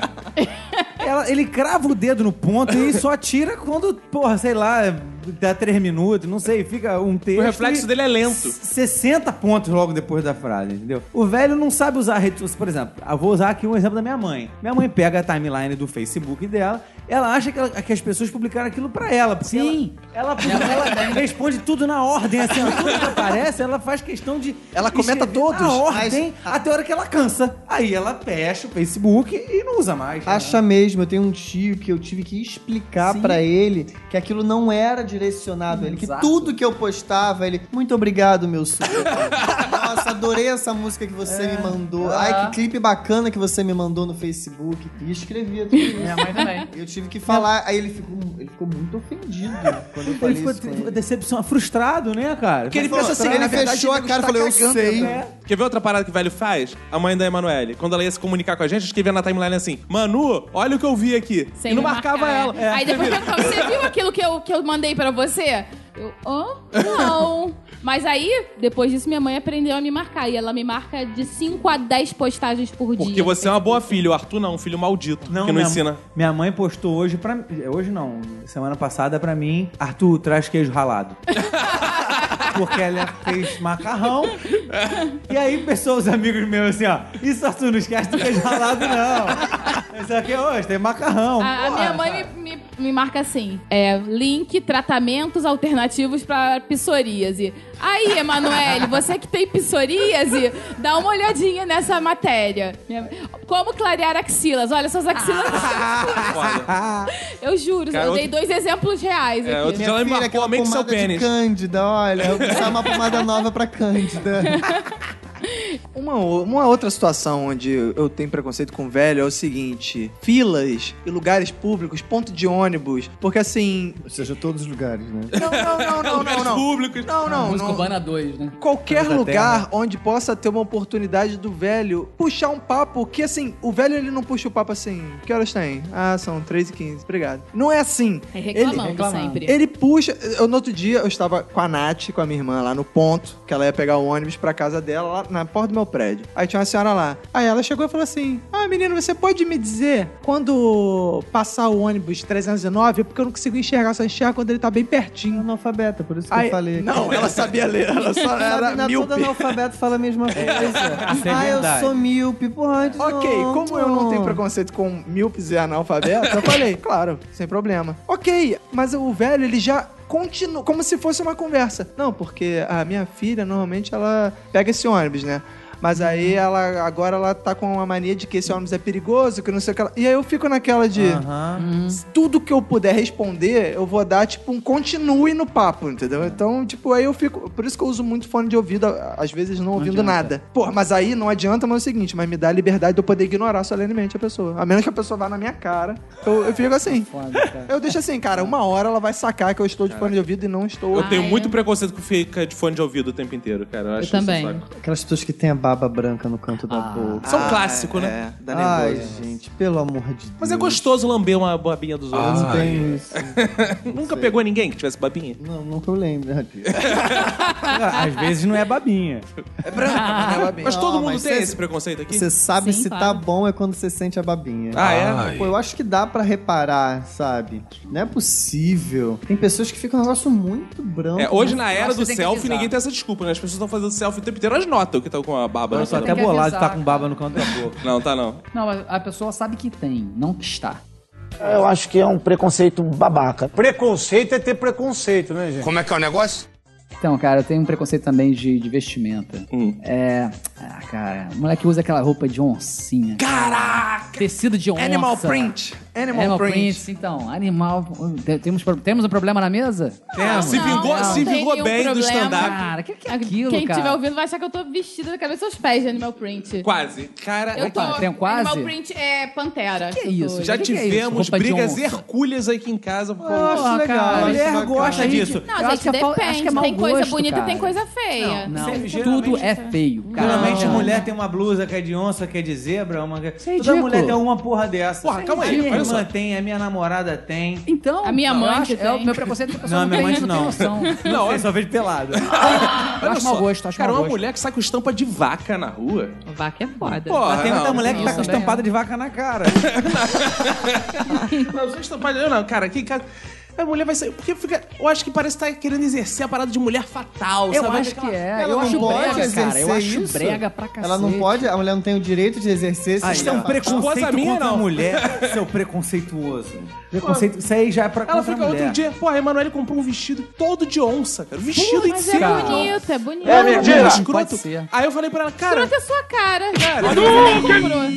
Ela- ele crava o dedo no ponto e só tira quando, porra, sei lá, dá três minutos, não sei, fica um texto.
O reflexo
e
dele é lento.
60 pontos logo depois da frase, entendeu? O velho não sabe usar a rede social. Por exemplo, eu vou usar aqui um exemplo da minha mãe. Minha mãe pega a timeline do Facebook dela, ela acha que, ela- que as pessoas publicaram aquilo pra ela. porque
Sim.
Ela, ela, ela responde tudo na ordem, assim, ó, tudo que aparece, ela faz questão de.
Ela comenta
escrever
todos.
Na ordem, até a hora que ela cansa. Aí ela fecha o Facebook e não usa mais. né?
Acha mesmo, eu tenho um tio que eu tive que explicar pra ele que aquilo não era direcionado a ele, que
Exato.
tudo que eu postava, ele, muito obrigado, meu super. [LAUGHS] Nossa, adorei essa música que você me mandou. Ai, que clipe bacana que você me mandou no Facebook. E escrevia tudo isso.
Minha mãe também.
Eu tive que falar, aí ele ficou, ele ficou muito ofendido quando eu
Ele
falei
ficou
isso. com ele.
decepcionado, frustrado, né, cara?
Porque ele pensa assim,
Ele
na verdade,
fechou a
ele
cara e
está
falou, eu
cagando,
sei.
né?
Quer ver outra parada que o velho faz? A mãe da Emanuele. Quando ela ia se comunicar com a gente, escrevia na timeline assim: Manu, olha o que eu vi aqui.
Sem
e não
me
marcava
marcar né?
ela. É.
Aí depois que eu falo, você viu aquilo que eu, que eu mandei pra você? Eu, hã? Não. Mas aí, depois disso, minha mãe aprendeu a me marcar. E ela me marca de 5 a 10 postagens por dia.
Porque você é uma boa filha. O Arthur não, um filho maldito. que não
minha,
[LAUGHS] ensina.
Minha mãe postou hoje pra Hoje não, semana passada pra mim, Arthur, traz queijo ralado. [LAUGHS] Porque ela fez macarrão. E aí, pessoas, amigos meus, assim, ó. Isso, Arthur, não esquece do queijo ralado, não. Isso aqui é hoje, tem
é um
macarrão.
A, a
porra,
minha mãe
sabe?
me, me- me marca assim: é, link tratamentos alternativos pra psoríase. Aí, Emanuele, você que tem psoríase, dá uma olhadinha nessa matéria. Minha- Como clarear axilas? Olha, suas axilas.
Ah. Foda.
Eu juro,
Cara,
eu dei
outro-
dois exemplos reais
É,
aqui.
Então
outro dia ela me
Filha,
marcou
aquela
a mente seu
pomada de
pênis.
Cândida, olha, eu vou usar uma pomada nova pra Cândida.
Uma, o- uma outra situação onde eu tenho preconceito com velho é o seguinte: filas e lugares públicos, ponto de ônibus. Porque assim.
Ou seja, todos os lugares, né?
Não, não, não, não, não.
Lugares
Não,
públicos.
não, não.
Música
não.
Urbana 2, né?
Qualquer
Planeta
lugar onde possa ter uma oportunidade do velho puxar um papo, que assim, o velho ele não puxa o papo assim. Que horas tem? Ah, são 3 e 15 obrigado. Não é assim.
É reclamando,
reclamando.
sempre.
Ele puxa. Eu, no outro dia eu estava com a Nath, com a minha irmã, lá no ponto, que ela ia pegar o ônibus pra casa dela, lá na porta do meu prédio. Aí tinha uma senhora lá. Aí ela chegou e falou assim: Ah, menino, você pode me dizer quando passar o ônibus 309? Porque eu não consigo enxergar, só enxergo quando ele tá bem pertinho.
Analfabeta, por isso que
Aí,
eu falei.
Não, ela sabia ler, ela só
Sabe,
era
na
míope.
todo analfabeto fala a
[LAUGHS]
mesma coisa.
Isso é
ah, eu
verdade.
sou míope. Porra,
Ok,
não,
como eu não tenho
não.
preconceito com míopes e analfabeto, eu falei, [LAUGHS] claro, sem problema. Ok, mas o velho, ele já continua, como se fosse uma conversa. Não, porque a minha filha, normalmente, ela pega esse ônibus, né? Mas aí ela agora ela tá com uma mania de que esse ônibus é perigoso, que não sei o que ela... E aí eu fico naquela de
Aham.
Hum.
tudo que eu puder responder, eu vou dar, tipo, um continue no papo, entendeu? Então, tipo, aí eu fico. Por isso que eu uso muito fone de ouvido, a- às vezes não, ouvindo
adianta.
nada. Pô, mas aí não adianta, mas é o seguinte, mas me dá a liberdade de eu poder ignorar solenemente a pessoa. A menos que a pessoa vá na minha cara. Eu, eu fico assim.
[LAUGHS] Foda, cara.
Eu deixo assim, cara, uma hora ela vai sacar que eu estou de fone de ouvido e não estou.
Eu tenho
Ah, é?
muito preconceito que fica de fone de ouvido o tempo inteiro, cara. Eu, acho isso
também. Ah,
saco.
Aquelas pessoas que têm a baba branca no canto
Ah,
da boca.
Isso é um clássico, né?
É, dá
Ai,
nervoso.
gente, pelo amor de Deus.
Mas é gostoso lamber uma babinha dos
Eu
outros.
não tenho isso.
[LAUGHS] Nunca pegou ninguém que tivesse babinha?
Não, não que eu lembre.
[LAUGHS] Às vezes não é babinha.
É [LAUGHS] branco, né, Babinha?
Mas todo
Não,
mundo
mas
tem
cê-
esse preconceito aqui?
Você sabe
Sim,
se
claro.
tá bom é quando você sente a babinha.
Ah, é?
Ai.
Pô, eu acho que dá pra reparar, sabe? Não é possível. Tem pessoas que ficam um negócio muito branco.
É, hoje
né?
na era
acho que
do
tem que
selfie
avisar.
ninguém tem essa desculpa, né? As pessoas estão fazendo selfie o tempo inteiro, elas notam que estão com a baba.
Eu
na
sou
cara.
até
que
bolado de
avisar,
estar com baba no canto da boca.
Não, tá não.
Não, a- a pessoa sabe que tem, não que está.
Eu acho que é um preconceito babaca. Preconceito é ter preconceito, né, gente?
Então, cara, eu tenho um preconceito também de, de vestimenta.
Hum.
É. Ah, cara, o moleque usa aquela roupa de oncinha.
Caraca!
Tecido de onça.
Animal print. Animal,
Animal
print.
print, então. Animal. Te- Temos, pro- temos um problema na mesa? Temos.
Ah, se vingou,
não,
se
não tem
vingou
nenhum
bem do
problema.
stand-up.
Cara, o que, que é aquilo,
Quem
cara?
estiver ouvindo vai achar que eu tô vestida da cabeça aos pés de Animal Print.
Quase. Cara,
Eu tô,
Opa, tem um quase?
Animal Print é Pantera.
Que
eu tô
isso,
hoje.
já
que que é isso?
tivemos
Roupa de
brigas
onça.
hercúleas aqui em casa. por causa disso.
Porra, cara.
mulher
bacana.
gosta
Gente,
disso.
eu
Não,
acho
gente,
que é pau- acho que
depende.
é mau
tem coisa
gosto,
bonita
cara.
e tem coisa feia.
Não,
Sempre,
tudo
geralmente,
é feio, cara.
Geralmente
Não.
mulher tem uma blusa que é de onça, que é de zebra, uma... toda
ridículo.
mulher tem uma porra dessa.
Porra, calma aí,
A minha
olha
irmã tem, a minha namorada tem.
Então.
A minha
eu
mãe
acho-
que
é o
tem.
meu preconceito é que a pessoa
Não, a minha
tem-
mãe
tem
não.
noção.
Não, eu só vejo pelado.
Eu acho mau gosto, acho
Cara, é
mau
uma
gosto.
mulher que sai com estampa de vaca na rua.
Vaca é foda.
Porra,
Mas
um
tem muita
Ah, não,
mulher que tá
isso
com
também,
estampada de vaca na cara.
Não, não sou estampalhão, não, cara. Aqui em casa. A mulher vai sair. Porque fica. Eu acho que parece que tá querendo exercer a parada de mulher fatal,
Eu
sabe?
acho que
Ela
é. eu
não
acho
pode
brega, cara.
exercer
Eu acho
isso?
brega pra cacete.
Ela não pode, a mulher não tem o direito de exercer esse
Isso é um
trabalho.
preconceito minha,
contra
não.
a mulher, seu é preconceituoso. Preconceito, isso aí já é pra
Ela
contra a
fica outro
mulher.
dia. Porra, a Emanuele comprou um vestido todo de onça, cara. Um Vestido em
Mas
si.
é
Cara.
bonito, é bonito.
É mentira. É,
Um
Não
escroto.
pode ser.
Aí eu falei pra ela, cara.
Trouxe a sua cara.
Cara,
Por que você não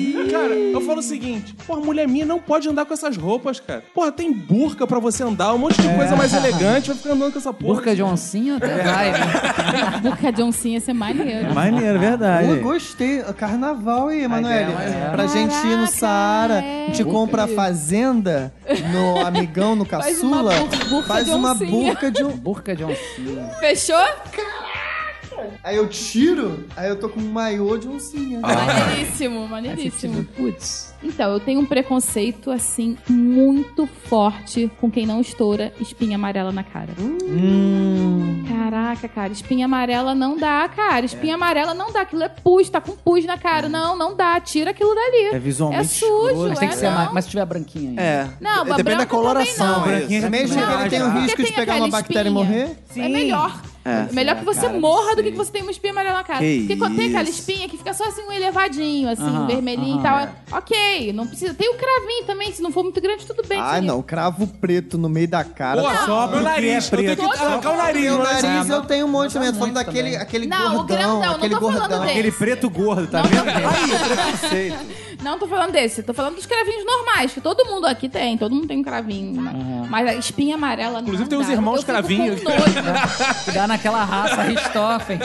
comprou?
Cara, eu falo o seguinte, porra, mulher minha não pode andar com essas roupas, cara. Porra, tem burca pra você andar, um monte de coisa mais elegante, vai ficar andando com essa porra.
É. Burca de oncinha, até vai. né?
Boca de oncinha ia ser maneiro.
Maneiro, verdade.
Eu gostei. Carnaval e Emanuele.
Mas é, mas é.
Pra gente ir no
Caraca,
Saara,
é.
te
Tipo-
compra a fazenda
[LAUGHS]
no amigão, no
Faz uma
caçula.
bur- burca
faz
de
uma
oncinha.
burca de um.
Burca de oncinha. né?
Fechou?
Aí eu tiro, aí eu tô com um maiô de oncinha.
Maneiríssimo,
Aí você fica
maneiríssimo.
Ah. tipo, Putz.
Então, eu tenho um preconceito, assim, muito forte com quem não estoura espinha amarela na cara. Caraca, cara, espinha amarela não dá, cara. Espinha amarela não dá. Aquilo é pus, tá com pus na cara. Não, não dá. Tira aquilo dali.
É visualmente
É sujo,
escroto.
é,
Mas tem que ser
não.
mais. Mas se tiver branquinha ainda.
É.
Não, mas
Depende
branca
da coloração. é
também não.
isso.
Branquinha
Mesmo que
já-
ele tenha o
já-
risco
Porque
de
tem
pegar uma
aquela
bactéria e
espinha.
morrer.
É melhor. É, melhor que você
cara, não
morra do
sei.
que que você tenha uma espinha amarela na cara.
Que
Porque quando tem aquela
isso.
espinha que fica só assim um elevadinho, assim,
Aham,
um vermelhinho
aham,
e tal.
é.
Ok, não precisa. Tem o cravinho também, se não for muito grande, tudo bem.
Ah,
seria-
não, cravo preto no meio da cara.
Porra, só
é
meu nariz, eu tenho que arrancar o nariz.
Meu
né?
nariz, eu tenho um monte
Não,
mesmo. Tô falando
muito
daquele
também.
aquele
Não, o
gordão,
grandão, não
aquele
tô falando
gordão.
dele.
Aquele preto gordo, tá
Não,
vendo?
Não tô falando desse, tô falando dos cravinhos normais, que todo mundo aqui tem, todo mundo tem um cravinho. né? Mas a espinha amarela não
Inclusive, tem
dá.
uns irmãos
Eu fico
cravinhos.
com nojo.
Dá naquela raça Richthofen.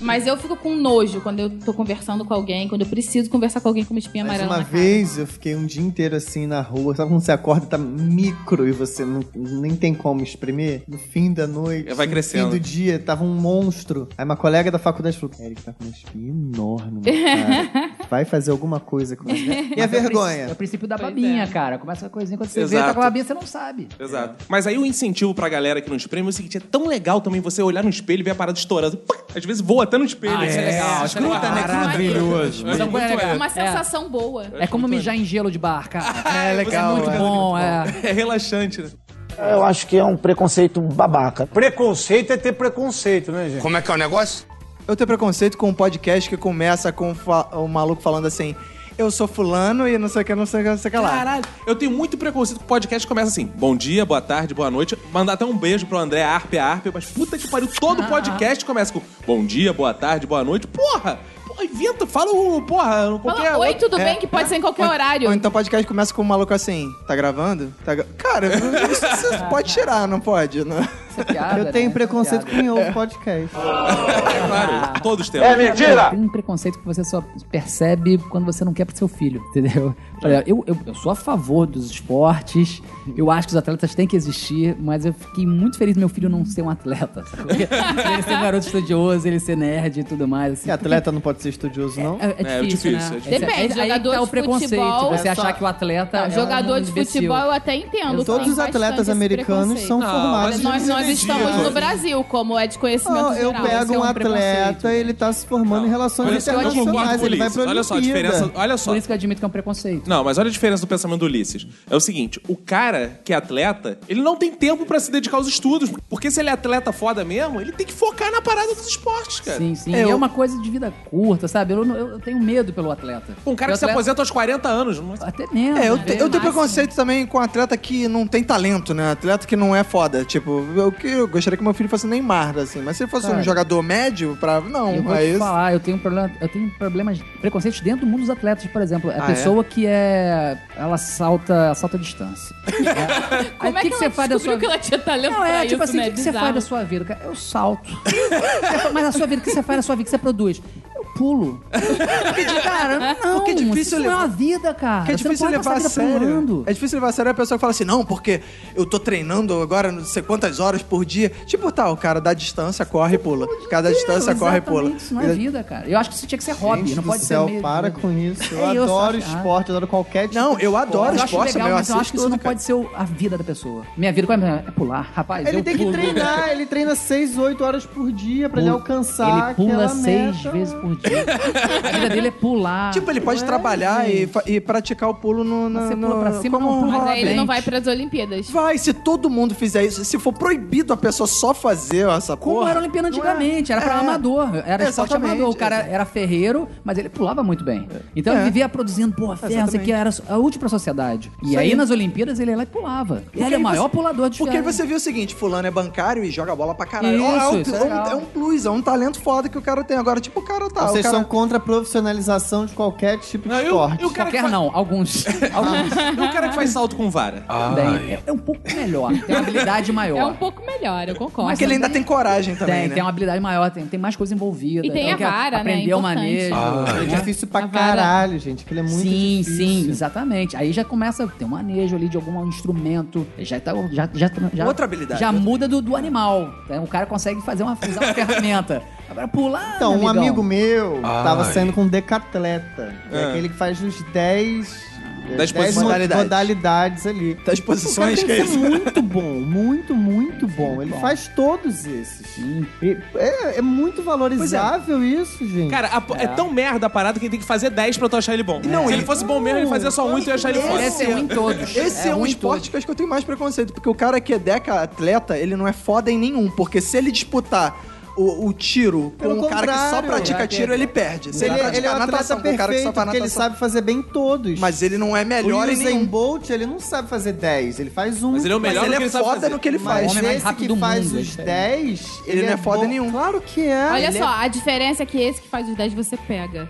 Mas eu fico com nojo quando eu tô conversando com alguém, quando eu preciso conversar com alguém com uma espinha
Mas
amarela
uma
na cara.
vez eu fiquei um dia inteiro assim na rua. Sabe quando você acorda e tá micro e você não, nem tem como espremer? No fim da noite.
Vai crescendo.
No fim do dia, tava um monstro. Aí uma colega da faculdade falou: Eric, tá com uma
[LAUGHS]
espinha enorme, na cara. Vai fazer alguma coisa com isso. né?" E
Mas é
a
o
vergonha?
princípio- É o princípio da
Pois
babinha,
é.
cara. Começa a coisinha, quando você vê,
Exato.
tá com a babinha, você não sabe.
Exato. Mas aí o incentivo pra galera que não espreme é o seguinte: é tão legal também você olhar no espelho e ver a parada estourando. Pá! Às vezes voa até no espelho.
Ah, isso é legal, isso é
Escruta,
legal.
né?
Maravilhoso.
Mas é muito
Então, legal.
legal.
Uma sensação boa.
É como mijar em gelo de bar, cara.
É
É muito bom, é.
[LAUGHS] É relaxante, né?
Eu acho que é um preconceito babaca. Preconceito é ter preconceito, né, gente?
Como é que é o negócio?
Eu tenho preconceito com um podcast que começa com um fa- o maluco falando assim: eu sou fulano e não sei o que, não sei o que, não sei o que lá.
Caralho, eu tenho muito preconceito com podcast que começa assim: bom dia, boa tarde, boa noite. Mandar até um beijo pro André Arpe, Arpe, mas puta que pariu, todo
Ah.
podcast começa com bom dia, boa tarde, boa noite. Porra! Porra, inventa, fala o. Porra, qualquer.
Fala, oi,
outro-
tudo bem? Que pode ser em qualquer horário.
Ou então o podcast começa com um maluco assim: tá gravando? Tá gra-
[LAUGHS]
Cara, isso você pode tirar, não pode? né? Não?
Isso é piada,
Eu tenho
né?
preconceito
Isso
com outro podcast.
É claro, todos temos.
é piada. Tem um preconceito que você só percebe quando você não quer pro seu filho, entendeu? Olha, eu, eu, eu sou a favor dos esportes, eu acho que os atletas têm que existir, mas eu fiquei muito feliz do meu filho não ser um atleta,
[LAUGHS]
sacou? ele ser um garoto estudioso, ele ser nerd e tudo mais, assim.
E atleta não pode ser estudioso, não?
É,
É,
é
difícil, é
difícil, né?
difícil.
Depende,
Aí- aí
jogador
tá o
de
preconceito,
futebol,
você
é
achar
só-
que o atleta
Não,
é um
jogador de
imbecil.
futebol é eu até entendo.
Todos
tem
os atletas
bastante esse
americanos são
preconceito.
formados.
Mas nós, nós
Eles
estamos
existem.
no Brasil, como é de conhecimento
Não, eu
geral.
pego
Esse é
um,
preconceito,
atleta, ele tá se formando em relações
Olha só, eu não concordo
internacionais,
com o
ele vai
Ulisses.
pra
Olha só a
Olimpíada.
diferença. Olha só.
Por isso que eu admito que é um preconceito.
Não, mas olha a diferença do pensamento do Ulisses. É o seguinte, o cara que é atleta, ele não tem tempo pra se dedicar aos estudos. Porque se ele é atleta foda mesmo, ele tem que focar na parada dos esportes, cara.
Sim, sim.
Eu-
É uma coisa de vida curta, sabe? Eu, não- eu tenho medo pelo atleta.
Um cara que se
Porque o atleta-
aposenta aos 40 anos. não-
Até menos.
É, eu,
né?
te- eu tenho
Máximo.
preconceito também com atleta que não tem talento, né? Atleta que não é foda. Tipo, eu, que- eu gostaria que meu filho fosse Neymar, assim. Mas se ele fosse um
Cara.
jogador médio, pra...
Eu
não,
vou
é
te
isso.
falar, eu tenho, um problema, eu tenho problemas, preconceitos dentro do mundo dos atletas, por exemplo. A
Ah,
pessoa que é. Ela salta, salta
[LAUGHS]
a distância. É. Aí,
Como é que,
você faz da sua
que ela tinha talento
Não, é,
pra
tipo
isso,
assim, o
né?
que, que você
Bizarro.
faz da sua vida, cara? Eu salto. [LAUGHS] Você fa- Mas a sua vida, o que você faz da sua vida, o que você produz? Eu pulo. Porque, cara,
[LAUGHS]
não.
Porque é difícil
isso não é uma
levar-
vida, cara.
Que é
Você não
difícil
pode
levar a
passar vida
sério.
pulando.
É difícil levar a sério a pessoa que fala assim, não, porque eu tô treinando agora não sei quantas horas por dia. Tipo, tá, o cara dá distância, corre e pula. Cada É, distância, corre e pula.
Exatamente, Isso não é vida, cara. Eu acho que isso tinha que ser hobby,
Gente
não
do
pode
céu,
ser meio...
para com isso. Eu
É, eu só
adoro
acho-
esporte, eu adoro qualquer tipo
Não,
de
eu adoro
Eu acho
esporte,
legal, mas eu acho que isso
assisto
não
tudo, cara.
pode ser o- a vida da pessoa. Minha vida qual é, a minha- é pular, rapaz.
Ele
eu
tem que
pulo.
treinar, ele treina 6, 8 horas por dia pra ele
Pulo.
alcançar
Ele pula
aquela
seis
meta.
vezes por dia. A vida dele é pular.
Tipo, ele pode
Ué,
trabalhar e,
gente.
fa- e praticar o pulo no... no,
Você
no
pula pra cima,
como
não,
um
pra
Mas aí
hobby.
ele não vai pras Olimpíadas.
Vai, se todo mundo fizer isso, se for proibido a pessoa só fazer essa
Como
porra.
era a Olimpíada
não é?
antigamente, era pra
É.
amador, era esporte
Exatamente,
amador. O cara era ferreiro, mas ele pulava muito bem. Então ele vivia produzindo, porra, ferro, isso aqui era útil pra sociedade. E
Isso
aí
aí.
nas Olimpíadas ele ia lá e pulava. E
Porque
ele é o
aí
maior
você-
pulador de
Porque aí você viu o seguinte, fulano é bancário e joga bola pra caralho.
Isso,
Ó, é, um,
isso é
é um-
legal.
é um plus, é um talento foda que o cara tem. Agora, tipo, o cara tá...
Vocês
o cara...
são contra a profissionalização de qualquer tipo de
Não, eu-
esporte.
eu quero-
Qualquer não, alguns. [LAUGHS] alguns.
E
é um
o cara que faz salto com vara.
Bem, é, é um pouco melhor, tem uma habilidade maior.
É um pouco melhor, eu concordo.
Mas que ele ainda tem coragem
Tem,
também, né?
tem uma habilidade maior, tem, tem mais coisa envolvida.
E tem a
que
vara, né?
aprender o
Importante.
manejo.
Ah,
É
né?
difícil pra
A vara-
caralho, gente. Aquilo é muito
sim,
difícil.
sim, exatamente. Aí já começa a ter um manejo ali de algum instrumento. Já tá. Já, já, já-
Outra habilidade,
Já
outra
muda do, do animal. Então, o cara consegue fazer uma,
[LAUGHS]
usar uma ferramenta. Agora pular.
Então,
meu
um
amigão.
amigo meu
Ai.
tava saindo com um decatleta. que É
Ah.
aquele que faz os 10...
Dez
dez
posições.
modalidades. ali.
Das
O cara
posições
tem
que
que
é
ser
isso.
muito bom, muito, muito bom. Ele
bom.
faz todos esses. E- É, é muito valorizável isso, gente.
Cara, a po- é. tão merda a parada que tem que fazer 10 pra tu achar ele bom. Se ele fosse bom mesmo, ele fazia só um e tu ia achar ele foda.
Ele é ser um em todos.
Esse é, um
em
esporte que eu acho que eu tenho mais preconceito, porque o cara que é deca atleta, ele não é foda em nenhum, porque se ele disputar o, o tiro
Pelo
com um cara que só
contrário,
pratica
vai
tiro, ele perde. Se ele,
ele,
praticar
ele é um atleta
natação com o cara que
perfeito,
só faz
porque ele
natação,
sabe fazer bem todos.
mas ele não é melhor
o
em
Usain
nenhum.
Bolt, ele não sabe fazer 10, ele faz um.
Mas ele é o melhor
Mas
do
ele
que
é
ele sabe
foda
fazer.
no que ele
Mas
faz.
homem mais
esse
rápido
que
do
faz
mundo, é
os
diferente.
10,
Ele não é foda
bom.
nenhum.
Claro que é.
Olha
Ele
só, a diferença é que esse que faz os 10 você pega.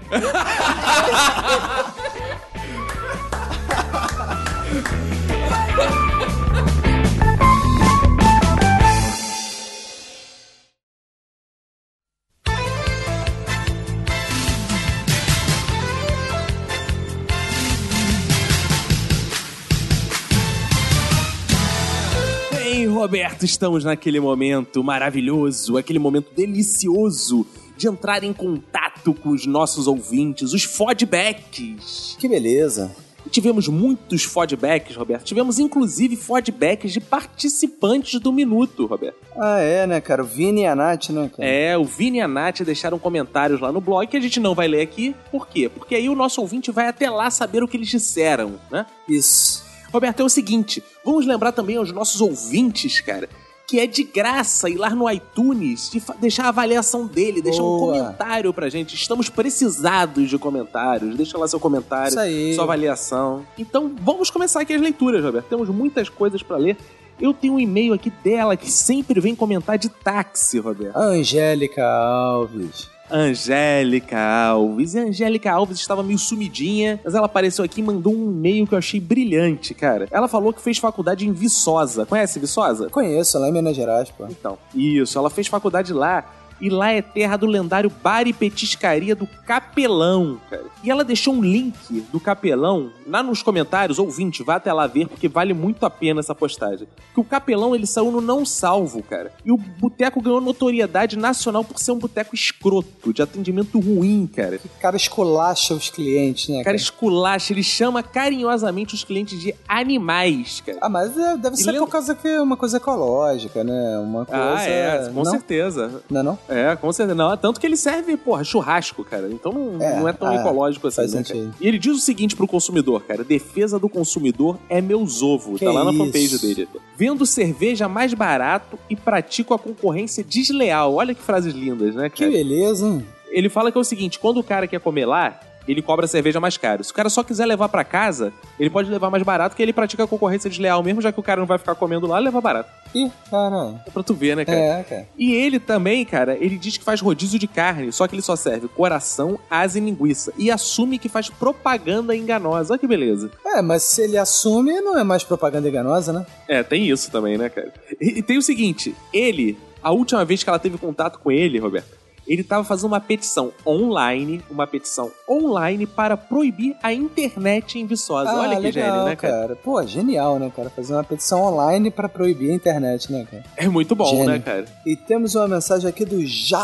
Roberto, estamos naquele momento maravilhoso, aquele momento delicioso de entrar em contato com os nossos ouvintes, os feedbacks.
Que beleza.
Tivemos muitos feedbacks, Roberto. Tivemos inclusive feedbacks de participantes do minuto, Roberto.
Ah, é, né, cara? O Vini e a Nath, né, cara?
É, o Vini e a Nath deixaram comentários lá no blog que a gente não vai ler aqui. Por quê? Porque aí o nosso ouvinte vai até lá saber o que eles disseram, né?
Isso.
Roberto, é o seguinte: vamos lembrar também aos nossos ouvintes, cara, que é de graça ir lá no iTunes e fa- deixar a avaliação dele, deixar um
Boa.
comentário pra gente. Estamos precisados de comentários. Deixa lá seu comentário,
Isso aí.
sua avaliação. Então, vamos começar aqui as leituras, Roberto. Temos muitas coisas pra ler. Eu tenho um e-mail aqui dela que sempre vem comentar de táxi, Roberto.
A Angélica Alves.
Angélica Alves. E a Angélica Alves estava meio sumidinha, mas ela apareceu aqui e mandou um e-mail que eu achei brilhante, cara. Ela falou que fez faculdade em Viçosa. Conhece Viçosa?
Conheço, lá em Minas Gerais, pô.
Então, isso. Ela fez faculdade lá. E lá é terra do lendário Bar e Petiscaria do Capelão, cara. E ela deixou um link do Capelão lá nos comentários. Ouvinte, vá até lá ver, porque vale muito a pena essa postagem. Que o Capelão, ele saiu no Não Salvo, cara. E o boteco ganhou notoriedade nacional por ser um boteco escroto, de atendimento ruim, cara.
O cara esculacha os clientes, né,
O cara
cara?
esculacha, ele chama carinhosamente os clientes de animais, cara.
Ah, mas é, deve
E
ser
lembra- Ah,
por causa que é uma coisa ecológica, né? Uma coisa...
é, com
não?
certeza.
Não, é não?
É, com certeza. Não, é tanto que ele serve, porra, churrasco, cara. Então não
É,
não é tão
é,
ecológico assim,
faz
né, cara?
sentido.
E ele diz o seguinte pro consumidor, cara: defesa do consumidor é meus ovos.
Que
tá lá na
isso.
fanpage dele. Vendo cerveja mais barato e pratico a concorrência desleal. Olha que frases lindas, né,
É.
Que
cara?
beleza, hein?
Ele fala que é o seguinte: quando o cara quer comer lá, ele cobra a cerveja mais caro. Se o cara só quiser levar pra casa, ele pode levar mais barato, que ele pratica a concorrência desleal mesmo, já que o cara não vai ficar comendo lá, leva barato.
Ih, caralho.
É pra tu ver, né, cara?
É, cara.
E ele também, cara, ele diz que faz rodízio de carne, só que ele só serve coração, asa e linguiça. E assume que faz propaganda enganosa. Olha que beleza.
É, mas se ele assume, não é mais propaganda enganosa, né?
É, tem isso também, né, cara? E, e tem o seguinte: ele, a última vez que ela teve contato com ele, Roberto, ele tava fazendo uma petição online, uma petição online para proibir a internet em Viçosa.
Ah,
Olha que gênio, né, cara?
Pô, genial, né, cara? Fazer uma petição online pra proibir a internet, né, cara?
É muito bom,
Gênio.
né, cara?
E temos uma mensagem aqui do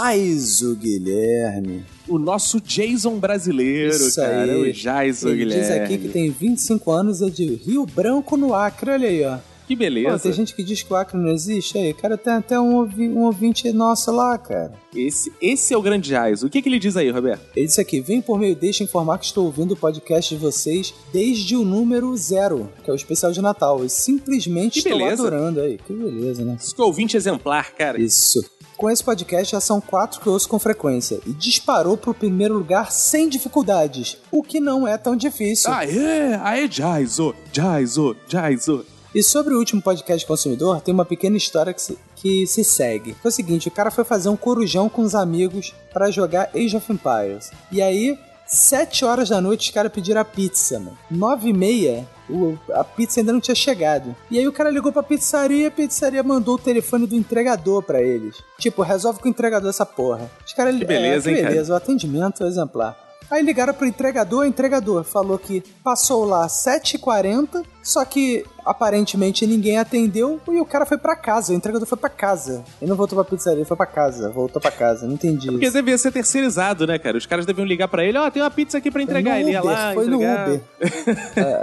Jaiso Guilherme.
O nosso Jason brasileiro,
Isso
cara. é
aí.
O Jason
Ele
Guilherme.
diz aqui que tem 25 anos, é de Rio Branco no Acre, olha aí, ó.
Que
Pô,
beleza.
tem gente que diz que o Acre não existe aí. Cara, tem até um, ouvi- um ouvinte nosso lá, cara.
Esse, esse é o grande Jaiso. O que, que ele diz aí, Roberto?
Ele disse aqui: vem por meio deste informar que estou ouvindo o podcast de vocês desde o número zero, que é o especial de Natal. E simplesmente
Que
estou
beleza.
adorando aí. Que beleza, né?
Isso que é ouvinte exemplar, cara.
Isso. Com esse podcast já são quatro que eu ouço com frequência. E disparou pro primeiro lugar sem dificuldades, o que não é tão difícil.
Aê, aê, Jaiso, Jaiso, Jaiso.
E sobre o último podcast consumidor, tem uma pequena história que se, que se segue. Foi o seguinte, o cara foi fazer um corujão com os amigos pra jogar Age of Empires. E aí, sete horas da noite, os caras pediram a pizza, mano. Nove e meia, o- a pizza ainda não tinha chegado. E aí o cara ligou pra pizzaria, a pizzaria mandou o telefone do entregador pra eles. Tipo, resolve com o entregador essa porra. Os caras...
Que beleza,
é,
hein,
que
cara?
beleza, o atendimento é exemplar. Aí ligaram pro entregador, o entregador falou que passou lá 7h40, só que aparentemente ninguém atendeu e o cara foi pra casa, o entregador foi pra casa. Ele não voltou pra pizzaria, ele foi pra casa, voltou pra casa, não entendi.
Porque devia ser terceirizado, né, cara? Os caras deviam ligar pra ele, ó, tem uma pizza aqui pra
um
entregar.
No
ele ia
Uber,
lá,
foi
entregar.
no Uber.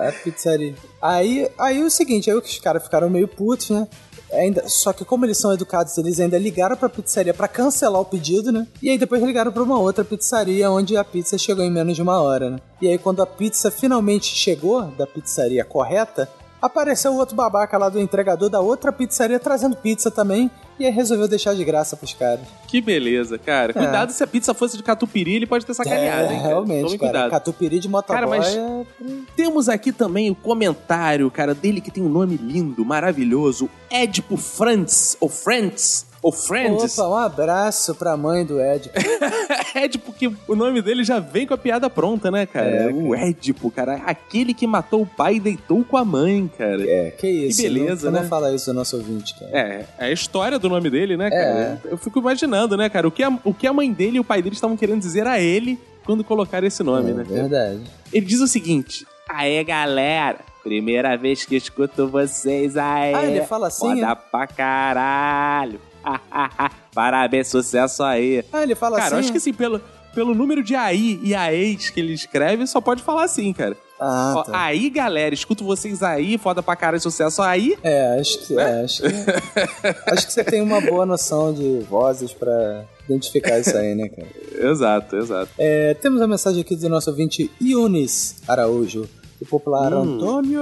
a, a pizzaria. Aí, aí é o seguinte, aí os caras ficaram meio putos, né? Ainda, só que como eles são educados, eles ainda ligaram pra pizzaria pra cancelar o pedido, né? E aí depois ligaram pra uma outra pizzaria onde a pizza chegou em menos de uma hora, né? E aí quando a pizza finalmente chegou da pizzaria correta, apareceu o outro babaca lá do entregador da outra pizzaria trazendo pizza também. E aí resolveu deixar de graça pros caras.
Que beleza, cara. Cuidado se a pizza fosse de catupiry, ele pode ter sacaneado, hein?
É,
cara? Tome
realmente, cara.
cuidado.
Catupiry de motoboy
Cara, mas-
é
Temos aqui também o comentário, cara, dele que tem um nome lindo, maravilhoso. Édipo Frantz, ou Frantz, ou Friends.
Opa, um abraço pra mãe do Ed.
[LAUGHS] Édipo, É, tipo, que o nome dele já vem com a piada pronta, né, cara? O Édipo, cara. Aquele que matou o pai e deitou com a mãe, cara. É.
Que isso.
beleza,
não,
né?
Não fala isso do nosso ouvinte, cara.
É, a história do nome dele, né, cara?
É.
Eu fico imaginando, né, cara? O que, a, o que a mãe dele e o pai dele estavam querendo dizer a ele quando colocaram esse nome, né, cara?
É verdade.
Ele diz o seguinte: Aê, galera, Primeira vez que escuto vocês aí.
Ah, ele fala assim,
Foda
é?
pra caralho. [LAUGHS] Parabéns, sucesso aí.
Ah, ele fala
Cara, eu acho
assim,
que
é?
assim, pelo, pelo número de aí e aês que ele escreve, só pode falar assim, cara.
Ah,
Ó, Aí, galera, escuto vocês aí, foda pra caralho, sucesso aí.
É, acho que. É, acho que. acho que você tem uma boa noção de vozes pra identificar isso aí, né, cara?
Exato, exato.
É, temos a mensagem aqui do nosso ouvinte Yunis Araújo, o popular
Hum.
Antônio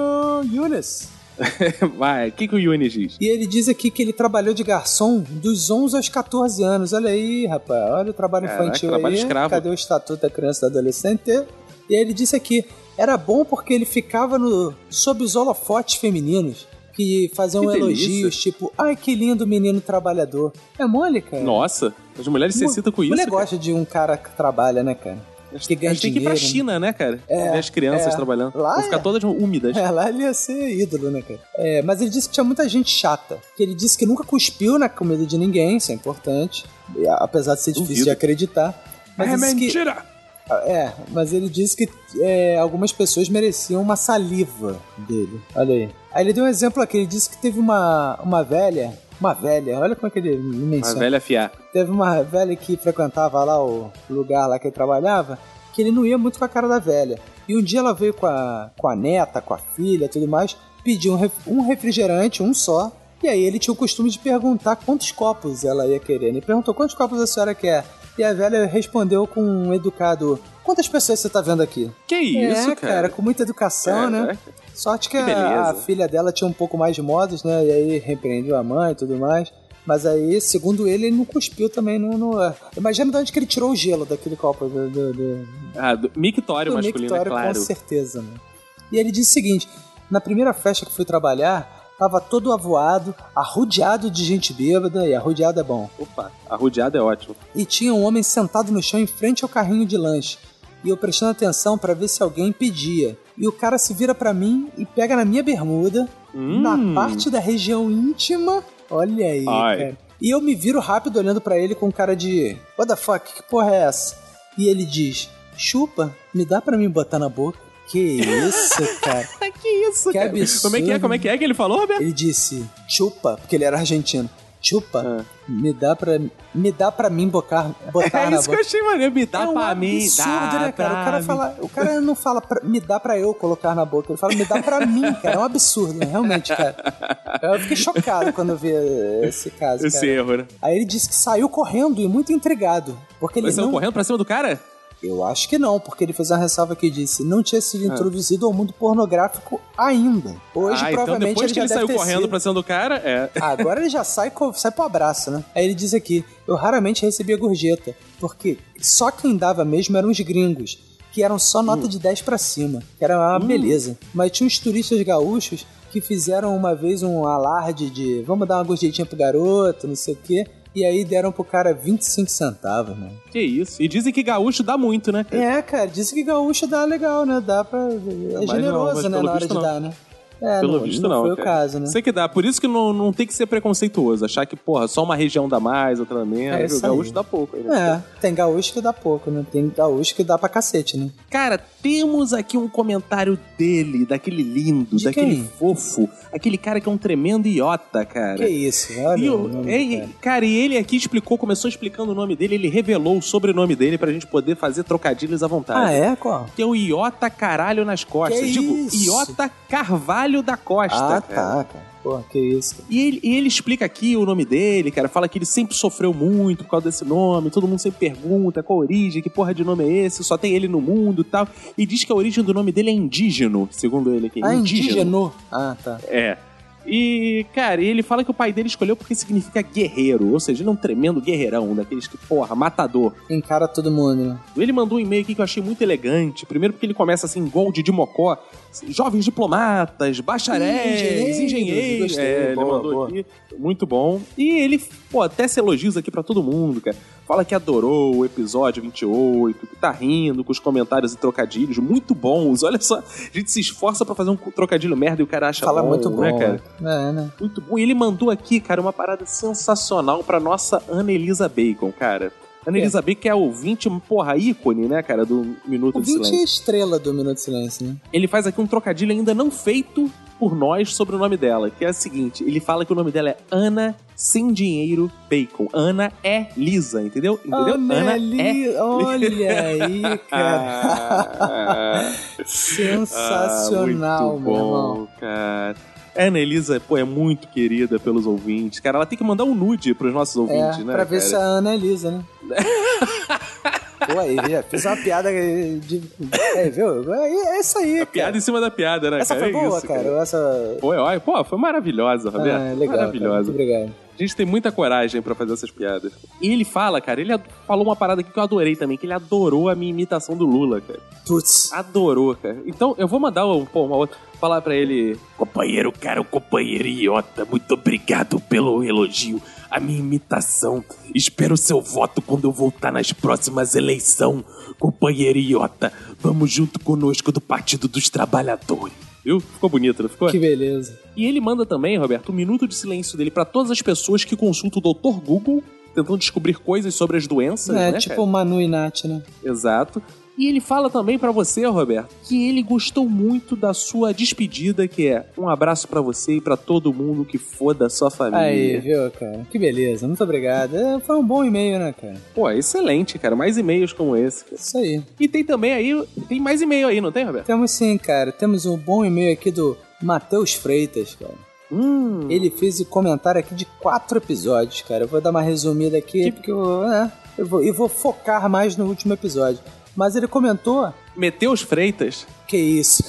Yunis.
[LAUGHS] Vai, o que, que o Yuni diz?
E ele diz aqui que ele trabalhou de garçom dos 11 aos 14 anos. Olha aí, rapaz. Olha o trabalho
Caraca,
infantil
trabalho
aí.
escravo.
Cadê o estatuto da criança e do adolescente? E aí ele disse aqui, era bom porque ele ficava no sob os holofotes femininos que faziam
Que delícia.
elogios tipo, ai que lindo menino trabalhador. É mole, cara.
Nossa, as mulheres se
Mu-
excitam com isso.
Mulher
cara.
gosta de um cara que trabalha, né, cara? Que ganha
Elas têm que ir pra
dinheiro, né? [LAUGHS]
China, né, cara?
É,
Ver as crianças
é.
trabalhando.
Lá
Vão ficar
é.
todas úmidas.
É, lá ele ia ser ídolo, né, cara? É, mas ele disse que tinha muita gente chata. Que ele disse que nunca cuspiu na comida de ninguém, isso é importante. e a- apesar de ser difícil de acreditar. Mas
É
disse que-
mentira!
é, mas ele disse que é, algumas pessoas mereciam uma saliva dele. Olha aí. Aí ele deu um exemplo aqui, ele disse que teve uma, uma velha. Uma velha, olha como é que ele me
Uma
menciona.
velha fiar.
Teve uma velha que frequentava lá o lugar lá que ele trabalhava, que ele não ia muito com a cara da velha. E um dia ela veio com a, com a neta, com a filha, tudo mais, pediu um, ref- um refrigerante, um só. E aí ele tinha o costume de perguntar quantos copos ela ia querer. Ele perguntou quantos copos a senhora quer. E a velha respondeu com um educado: Quantas pessoas você tá vendo aqui?
Que isso,
é, cara?
cara?
Com
É,
muita educação, né?
Caraca.
Sorte que,
Que
a,
beleza.
a filha dela tinha um pouco mais de modos, né? E aí repreendeu a mãe e tudo mais. Mas aí, segundo ele, ele não cuspiu também. Não, não- Imagina de onde que ele tirou o gelo daquele copo do, do, do-
Ah, do mictório
do
masculino,
Mictório,
é claro.
com certeza, né? E ele disse o seguinte: na primeira festa que fui trabalhar, tava todo avoado, arrodeado de gente bêbada, e arrodeado é bom.
Opa, arrodeado é ótimo.
E tinha um homem sentado no chão em frente ao carrinho de lanche. E eu prestando atenção pra ver se alguém pedia. E o cara se vira pra mim e pega na minha bermuda,
Hum.
na parte da região íntima. Olha aí,
Ai.
cara. E eu me viro rápido olhando pra ele com cara de What the fuck, que porra é essa? E ele diz: Chupa, me dá pra mim botar na boca? Que isso,
[LAUGHS]
cara.
que isso,
Que absurdo.
Como é que é? Como é que é que ele falou, Roberto?
Ele disse, chupa, porque ele era argentino. Chupa, me dá pra, me dá pra mim bocar, botar
É
Tá na
isso que
boca.
eu achei maneiro. Me dá
é um
pra mim,
absurdo,
dá
né, cara? O
pra
cara,
mim.
fala, o cara não fala, pra- me dá pra eu colocar na boca. Ele fala, me dá pra mim, cara. É um absurdo, né? realmente, cara. Eu fiquei chocado quando eu vi esse caso,
Esse
cara.
erro, né?
Aí ele disse que saiu correndo e muito intrigado. Porque ele
Mas saiu
não...
correndo pra cima do cara?
Eu acho que não, porque ele fez uma ressalva que disse não tinha sido
Ah.
introduzido ao mundo pornográfico ainda. Hoje,
ah, então
provavelmente,
depois que
já
ele
deve
saiu
ter
correndo
sido.
pra cima do cara, é.
Ah, Agora ele já sai, co- sai pro abraço, né? Aí ele diz aqui: eu raramente recebia gorjeta, porque só quem dava mesmo eram os gringos, que eram só
Hum.
nota de 10 pra cima, que era uma beleza. Mas tinha uns turistas gaúchos que fizeram uma vez um alarde de vamos dar uma gorjetinha pro garoto, não sei o quê, e aí deram pro cara 25 centavos, né?
Que isso. E dizem que gaúcho dá muito, né? cara?
É, cara, disse que gaúcho dá legal, né? Dá pra. É,
mas não, mas
generoso, né?
pelo
Na hora
visto
de
não.
dar, né? É,
Pelo
não,
visto,
não
não.
foi o
cara.
caso, né?
Sei que dá. Por isso que não, não tem que ser preconceituoso. Achar que, porra, só uma região dá mais, outra menos.
É isso
o gaúcho
aí.
dá pouco. aí, né?
É, tem gaúcho que dá pouco, né? Tem gaúcho que dá pra cacete, né?
Cara, temos aqui um comentário dele, daquele lindo,
De
daquele
quem?
fofo, aquele cara que é um tremendo iota, cara.
Que isso, olha.
E
É. o
o-
nome,
é, e-
cara.
cara. e ele aqui explicou, começou explicando o nome dele, ele revelou o sobrenome dele pra gente poder fazer trocadilhos à vontade.
Ah, é? Qual?
Que é o Iota Caralho nas Costas.
Que
Digo,
isso?
Iota Carvalho da Costa. cara.
Ah, tá, cara. Porra, que isso.
E ele, e ele explica aqui o nome dele, cara. Fala que ele sempre sofreu muito por causa desse nome. Todo mundo sempre pergunta qual a origem, que porra de nome é esse, só tem ele no mundo e tal. E diz que a origem do nome dele é indígeno, segundo ele aqui.
Ah, indígeno. Ah, tá.
É. E, cara, ele fala que o pai dele escolheu porque significa guerreiro, ou seja, ele é um tremendo guerreirão, daqueles que, porra, matador.
Encara todo mundo, né?
Ele mandou um e-mail aqui que eu achei muito elegante. Primeiro porque ele começa assim, gold de mocó, jovens diplomatas, bacharéis,
Engenheiros,
engenheiros.
gostei,
é, ele
boa,
mandou
boa.
aqui, muito bom. E ele, pô, até se elogios aqui pra todo mundo, cara. Fala que adorou o episódio 28, que tá rindo com os comentários e trocadilhos, muito bons. Olha só, a gente se esforça pra fazer um trocadilho merda e o cara acha
Fala
bom,
muito bom,
né, cara?
É, né?
Muito bom. E ele mandou aqui, cara, uma parada sensacional pra nossa Ana Elisa Bacon, cara. Ana Elisa B, que é ouvinte, porra, ícone, né, cara, do Minuto de
Ouvinte é
Silêncio.
estrela do Minuto de Silêncio, né?
Ele faz aqui um trocadilho ainda não feito por nós sobre o nome dela, que é o seguinte, ele fala que o nome dela é Ana Sem Dinheiro Bacon. Ana é Lisa, entendeu? Entendeu?
Ana é Ah, Li- olha [LAUGHS] aí,
cara.
[LAUGHS] Sensacional,
Ah, muito
meu
bom,
irmão.
cara. A Ana Elisa, pô, é muito querida pelos ouvintes. Cara, ela tem que mandar um nude pros nossos ouvintes,
é,
né?
pra ver
cara?
se a Ana é lisa, [LAUGHS] né? Pô, aí, já fiz uma piada de... É, viu? É isso aí, cara.
Piada em cima da piada, né,
Essa
cara?
foi
é
boa,
isso,
cara. Essa...
Foi, ó, pô, foi maravilhosa, Roberto.
Ah, legal,
maravilhosa.
cara. Muito obrigado.
A gente tem muita coragem pra fazer essas piadas. E ele fala, cara, ele ad- falou uma parada aqui que eu adorei também, que ele adorou a minha imitação do Lula, cara.
Putz.
Adorou, cara. Então eu vou mandar um, pô, uma outra. Falar pra ele. Companheiro, cara, o companheiro idiota, muito obrigado pelo elogio. A minha imitação. Espero seu voto quando eu voltar nas próximas eleições. Companheiro idiota, vamos junto conosco do Partido dos Trabalhadores. Viu? Ficou bonito, não ficou?
Que beleza.
E ele manda também, Roberto, um minuto de silêncio dele pra todas as pessoas que consultam o Dr. Google tentando descobrir coisas sobre as doenças,
É,
né,
tipo
cara?
Manu e Nath, né?
Exato. E ele fala também pra você, Roberto, que ele gostou muito da sua despedida, que é um abraço pra você e pra todo mundo que for da sua família.
Aí, viu, cara? Que beleza. Muito obrigado. É, foi um bom e-mail, né, cara?
Pô, excelente, cara. Mais e-mails como esse. Cara.
Isso aí.
E tem também aí, tem mais e-mail aí, não tem, Roberto?
Temos sim, cara. Temos um bom e-mail aqui do Matheus Freitas, cara.
Hum,
Ele fez o comentário aqui de quatro episódios, cara. Eu vou dar uma resumida aqui, porque eu, é, eu, vou, eu vou focar mais no último episódio. Mas ele comentou
Meteus [LAUGHS] Freitas.
que isso.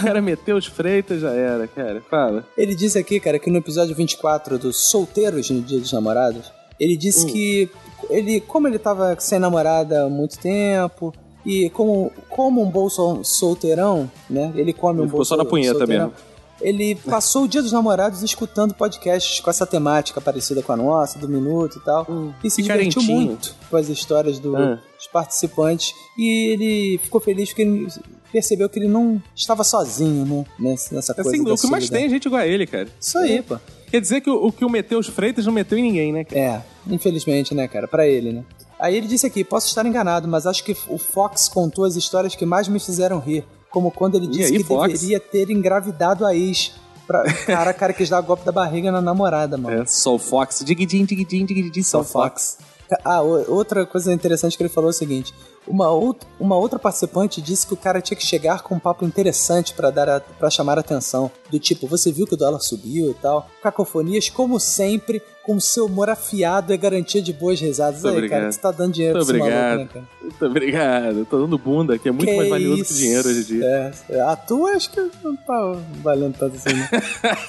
cara, Meteus Freitas já era, cara. Fala.
Ele disse aqui, cara, que no episódio 24 do Solteiros no Dia dos Namorados, ele
Hum.
disse que ele, como ele tava sem namorada há muito tempo, e como, como um bom sol- solteirão, né? Ele come
Ele
um bom
ficou só na
sol-
punheta
solteirão,
mesmo. [LAUGHS]
Ele passou o Dia dos Namorados escutando podcasts com essa temática parecida com a nossa, do Minuto e tal. e
que
se divertiu
Hum. carentinho.
muito com as histórias do-
Ah.
dos participantes. E ele ficou feliz porque ele percebeu que ele não estava sozinho, né? Nessa, nessa
É
coisa
sem
da
dúvida. O que mais
solidão.
tem é gente igual a ele, cara.
Isso aí, pô.
Quer dizer que o, o que o Meteus Freitas não meteu em ninguém, né, cara?
É, infelizmente, né, cara? Pra ele, né? Aí ele disse aqui: posso estar enganado, mas acho que o Fox contou as histórias que mais me fizeram rir. Como quando ele
E
disse
aí,
que
Fox?
deveria ter engravidado a ex. Pra... [LAUGHS] Cara, cara quis dar o golpe da barriga na namorada, mano.
É, Sol Fox. Digidin, digidin, digidin, Sol Fox.
Ah, o- outra coisa interessante que ele falou é o seguinte: uma, ou- uma outra participante disse que o cara tinha que chegar com um papo interessante pra dar para chamar a atenção, do tipo, você viu que o dólar subiu e tal. Cacofonias, como sempre, com seu humor afiado é garantia de boas risadas.
Muito
Aí,
obrigado.
cara, que você tá dando dinheiro
Muito
pra esse
obrigado.
maluco, né, cara?
Muito Tá obrigado. Tô dando bunda, que é muito
Que
mais valioso que
isso.
dinheiro hoje em dia.
É, a tua acho que não tá valendo tanto
[LAUGHS]
assim, né?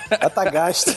Ela tá gasta.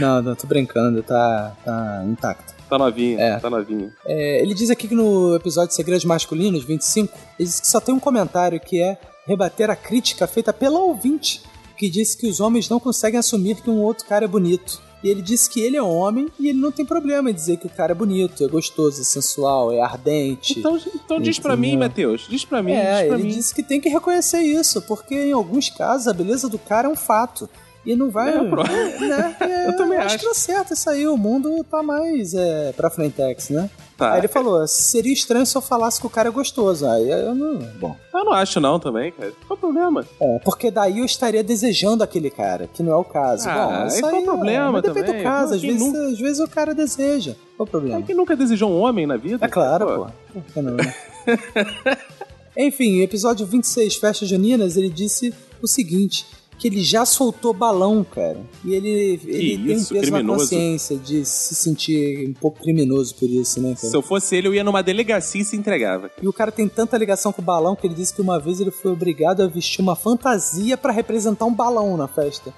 não, não, tô brincando, tá, tá intacto.
Tá novinha,
É.
tá novinha.
É, ele diz aqui que no episódio Segredos Masculinos, 25, ele diz que só tem um comentário que é rebater a crítica feita pela ouvinte, que disse que os homens não conseguem assumir que um outro cara é bonito. E ele disse que ele é homem e ele não tem problema em dizer que o cara é bonito, é gostoso, é sensual, é ardente.
Então, então diz pra mim, Matheus. Diz pra mim,
É,
diz pra
ele
mim.
disse que tem que reconhecer isso, porque em alguns casos a beleza do cara é um fato. E não vai.
É, pro-
né? É,
Eu também
acho que tá certo isso aí. O mundo tá mais é, pra frentex, né?
Tá.
Aí
Ah.
ele falou: seria estranho se eu falasse que o cara é gostoso. Aí eu não. Bom.
Eu não acho não também, cara. Qual o problema?
É, porque daí eu estaria desejando aquele cara, que não é o caso.
Ah,
Bom, isso
aí qual o problema
mas depende
também?
do caso.
Não,
Às
quem
vezes,
nunca-
às vezes o cara deseja. Qual o problema?
Quem nunca desejou um homem na vida?
É claro, pô. Por que não, né? [LAUGHS] Enfim, episódio 26, Festas Juninas, ele disse o seguinte, que ele já soltou balão, cara. E ele, ele tem um
isso,
peso na
criminoso.
consciência de se sentir um pouco criminoso por isso, né, cara?
Se eu fosse ele, eu ia numa delegacia e se entregava.
E o cara tem tanta ligação com o balão que ele disse que uma vez ele foi obrigado a vestir uma fantasia pra representar um balão na festa.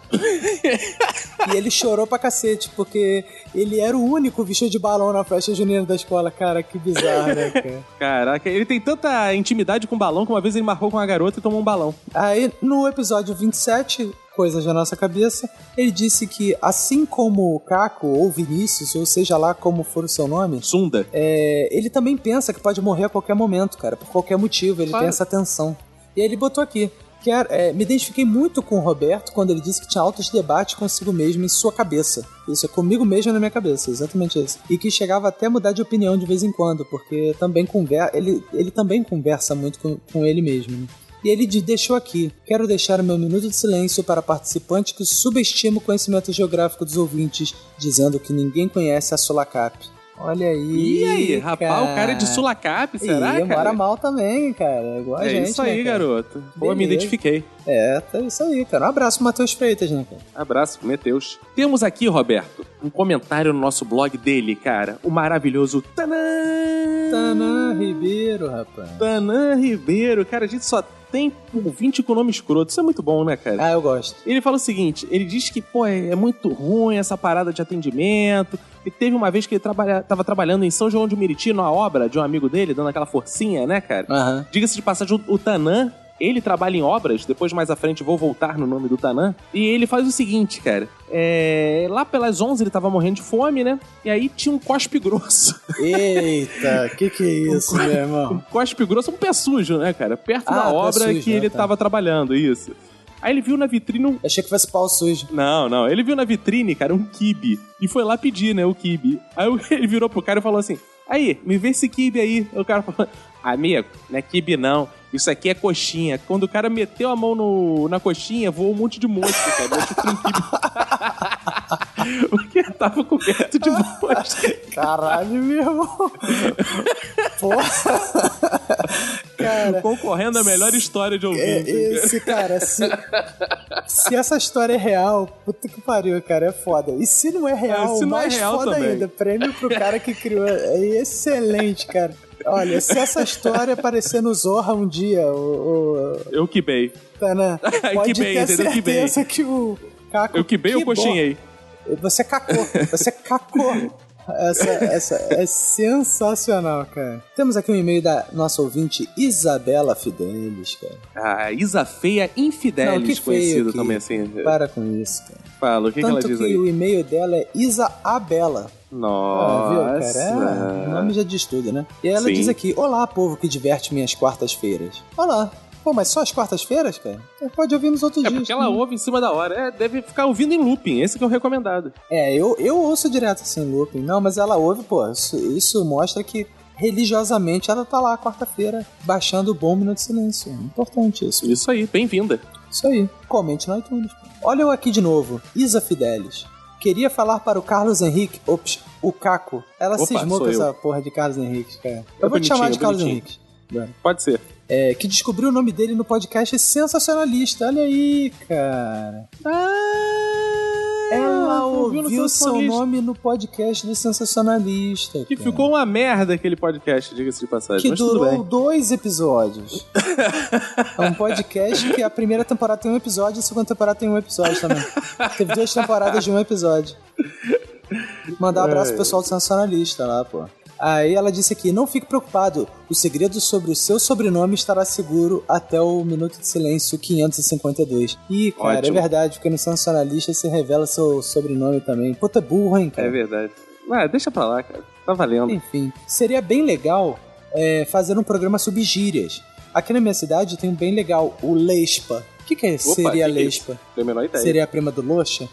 e ele chorou pra cacete, porque ele era o único vestido de balão na festa junina da escola. Cara, que bizarro, né, cara?
Caraca, ele tem tanta intimidade com balão que uma vez ele marcou com uma garota e tomou um balão.
Aí, no episódio 27, Coisas da Nossa Cabeça, ele disse que, assim como o Caco ou Vinícius, ou seja lá como for o seu nome... é,
Sunda.
ele também pensa que pode morrer a qualquer momento, cara, por qualquer motivo, ele
Claro.
tem essa tensão. E aí ele botou aqui que era- é, me identifiquei muito com o Roberto quando ele disse que tinha altos debates consigo mesmo em sua cabeça. Isso é comigo mesmo na minha cabeça, exatamente isso. E que chegava até a mudar de opinião de vez em quando, porque também conver ele, ele também conversa muito com, com ele mesmo. né? E ele de- deixou aqui. Quero deixar o meu minuto de silêncio para participantes que subestimam o conhecimento geográfico dos ouvintes, dizendo que ninguém conhece a Sulacap. Olha aí.
E aí, rapaz, o cara é de Sulacap, será,
Ih, mora
cara?
mal também, cara. Igual a
É
gente.
isso
né,
aí,
cara?
garoto. Pô, me
Beleza.
identifiquei.
É, tá isso aí, cara. Um abraço, Matheus Freitas, né, cara?
Abraço, Meteus. Temos aqui, Roberto, um comentário no nosso blog dele, cara. O maravilhoso Tanã.
Tanã Ribeiro, rapaz.
Tanã Ribeiro. Cara, a gente só tem um ouvinte com nome escroto. Isso é muito bom, né, cara?
Ah, eu gosto.
Ele fala o seguinte, ele diz que, pô, é é muito ruim essa parada de atendimento. E teve uma vez que ele trabalha, tava trabalhando em São João de Meriti, numa obra de um amigo dele, dando aquela forcinha, né, cara?
Aham.
Diga-se de passagem, o, o Tanã, ele trabalha em obras, depois mais à frente vou voltar no nome do Tanã. E ele faz o seguinte, cara. é, lá pelas 11 ele tava morrendo de fome, né? E aí tinha um cospe grosso. [LAUGHS]
Eita, que que é isso, meu
Um
irmão?
cospe grosso, um pé sujo, né, cara? Perto
Ah,
da
pé
obra
sujo,
que
ah,
ele
tá.
tava trabalhando, isso. Aí ele viu na vitrine um.
Achei que fosse pau sujo.
Não, não. Ele viu na vitrine, cara, um kibe. E foi lá pedir, né, o kibe. Aí o- [LAUGHS] ele virou pro cara e falou assim: Aí, me vê esse kibe aí. Aí O cara falou: Amigo, não é kibe não. Isso aqui é coxinha. Quando o cara meteu a mão no, na coxinha, voou um monte de mosca, cara. Mosca com kibe. [LAUGHS] Porque tava coberto de mosca.
Caralho, meu
[LAUGHS]
irmão. Porra. Cara.
Concorrendo à melhor história de
É,
ouvinte.
esse, cara, se, se essa história é real, puta que pariu, cara, é foda. E se não é real,
É, se não é
mais
real
foda
também.
ainda. Prêmio pro cara que criou. É excelente, cara. Olha, se essa história aparecer no Zorra um dia, o, o
Eu quibei.
Tanã, Tá, né?
[LAUGHS]
pode
Que bem,
ter
entendeu? Que bem.
certeza que, o Caco...
Eu quibei ou
quibou.
coxinhei?
Você cacou, você cacou. Essa, essa é sensacional, cara. Temos aqui um e-mail da nossa ouvinte Isabela Fidelis, cara.
Ah, Isa Feia Infidelis,
Não, que feio
conhecido
que-
também assim.
Para com isso, cara.
Fala, o que, que
Tanto
ela
que,
diz aí?
o e-mail dela é Isaabela. Ah,
Nossa.
viu, cara? É, o nome já diz tudo, né? E ela
Sim.
diz aqui: Olá, povo que diverte minhas quartas-feiras. Olá. Pô, mas só as quartas-feiras, cara? Você Pode ouvir nos outros
É
dias.
porque ela
né?
ouve em cima da hora. É, deve ficar ouvindo em looping. Esse que é o recomendado.
É, eu, eu ouço direto assim, looping. Não, mas ela ouve, pô. Isso, isso mostra que religiosamente ela tá lá quarta-feira baixando o bom Minuto de Silêncio. É Importante isso.
Isso aí, bem-vinda.
Isso aí. Comente no iTunes. Olha eu aqui de novo. Isa Fidelis. Queria falar para o Carlos Henrique. Ops, o Caco. Ela
Opa,
cismou
sou eu.
com essa porra de Carlos Henrique, cara.
É
Eu vou te chamar de
bonitinho,
Carlos
bonitinho.
Henrique.
Pode ser.
É, que descobriu o nome dele no podcast Sensacionalista. Olha aí, cara. Ela
ouviu no
ouviu seu
Sensacionalista.
nome no podcast do Sensacionalista.
Que
cara.
ficou uma merda aquele podcast, diga-se de passagem.
É. Que
mas tudo
durou
bem.
dois episódios. é um podcast que a primeira temporada tem um episódio e a segunda temporada tem um episódio também. Teve duas temporadas de um episódio. Mandar um abraço pro pessoal do Sensacionalista lá, pô. Aí ela disse aqui: não fique preocupado, o segredo sobre o seu sobrenome estará seguro até o Minuto de Silêncio 552. Ih, cara,
Ótimo.
é verdade, porque no Sensacionalista se revela seu sobrenome também. Puta burro, hein, cara?
É verdade. Ah, deixa pra lá, cara. Tá valendo.
Enfim, seria bem legal é, fazer um programa sobre gírias. Aqui na minha cidade tem um bem legal, o Lespa. O que, que é,
Opa,
seria
que que é isso?
Lespa?
Tem a menor ideia.
seria a prima do Loxa?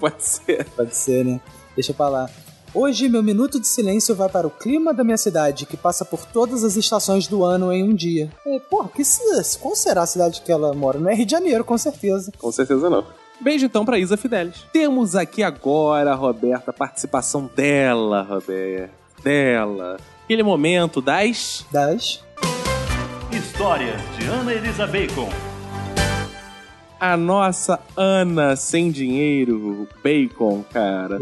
Pode ser.
Pode ser, né? Deixa pra lá. Hoje, meu minuto de silêncio vai para o clima da minha cidade, que passa por todas as estações do ano em um dia. É, porra, que ci- qual será a cidade que ela mora? Não é Rio de Janeiro, com certeza.
Com certeza não. Beijo então pra Isa Fidelis. Temos aqui agora, Roberta, a participação dela, Roberta. Dela. Aquele momento das.
Das.
Histórias de Ana Elisa Bacon.
A nossa Ana sem dinheiro, Bacon, cara.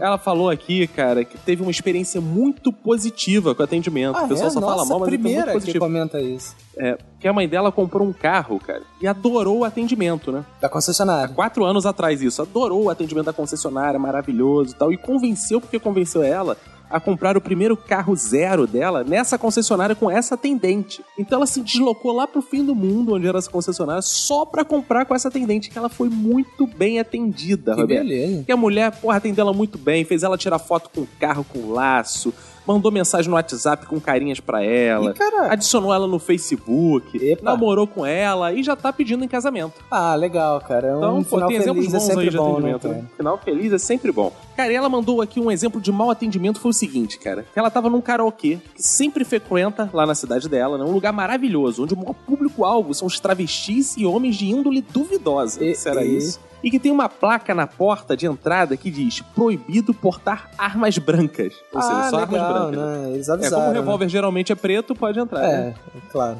Ela falou aqui, cara, que teve uma experiência muito positiva com o atendimento.
Ah,
o pessoal
é?
só fala
Nossa,
mal, mas ele foi muito
primeira que
positivo.
comenta isso.
É, porque a mãe dela comprou um carro, cara, e adorou o atendimento, né?
Da concessionária.
Há quatro anos atrás isso. Adorou o atendimento da concessionária, maravilhoso e tal. E convenceu, porque convenceu ela a comprar o primeiro carro zero dela nessa concessionária com essa atendente. Então ela se deslocou lá pro fim do mundo, onde era essa concessionária, só pra comprar com essa atendente, que ela foi muito bem atendida,
Que
Roberto.
beleza.
Que a mulher, porra, atendeu ela muito bem, fez ela tirar foto com o carro, com o laço, mandou mensagem no WhatsApp com carinhas pra ela, adicionou ela no Facebook, namorou com ela e já tá pedindo em casamento.
Ah, legal, cara. É um
Então, pô,
final
tem exemplos
feliz, é
bons
sempre
aí de
bom, né,
atendimento,
cara?
né? Final feliz é sempre bom. Cara, e ela mandou aqui um exemplo de mau atendimento, foi o seguinte, cara. Que ela tava num karaokê, que sempre frequenta lá na cidade dela, né? Um lugar maravilhoso, onde o maior público-alvo são os travestis e homens de índole duvidosa.
E-
se era
e-
isso. E que tem uma placa na porta de entrada que diz proibido portar armas brancas. Ou seja,
Ah,
só armas
legal,
brancas.
né? Eles
é,
avisaram,
como o
né?
revólver geralmente é preto, pode entrar, né?
É, claro.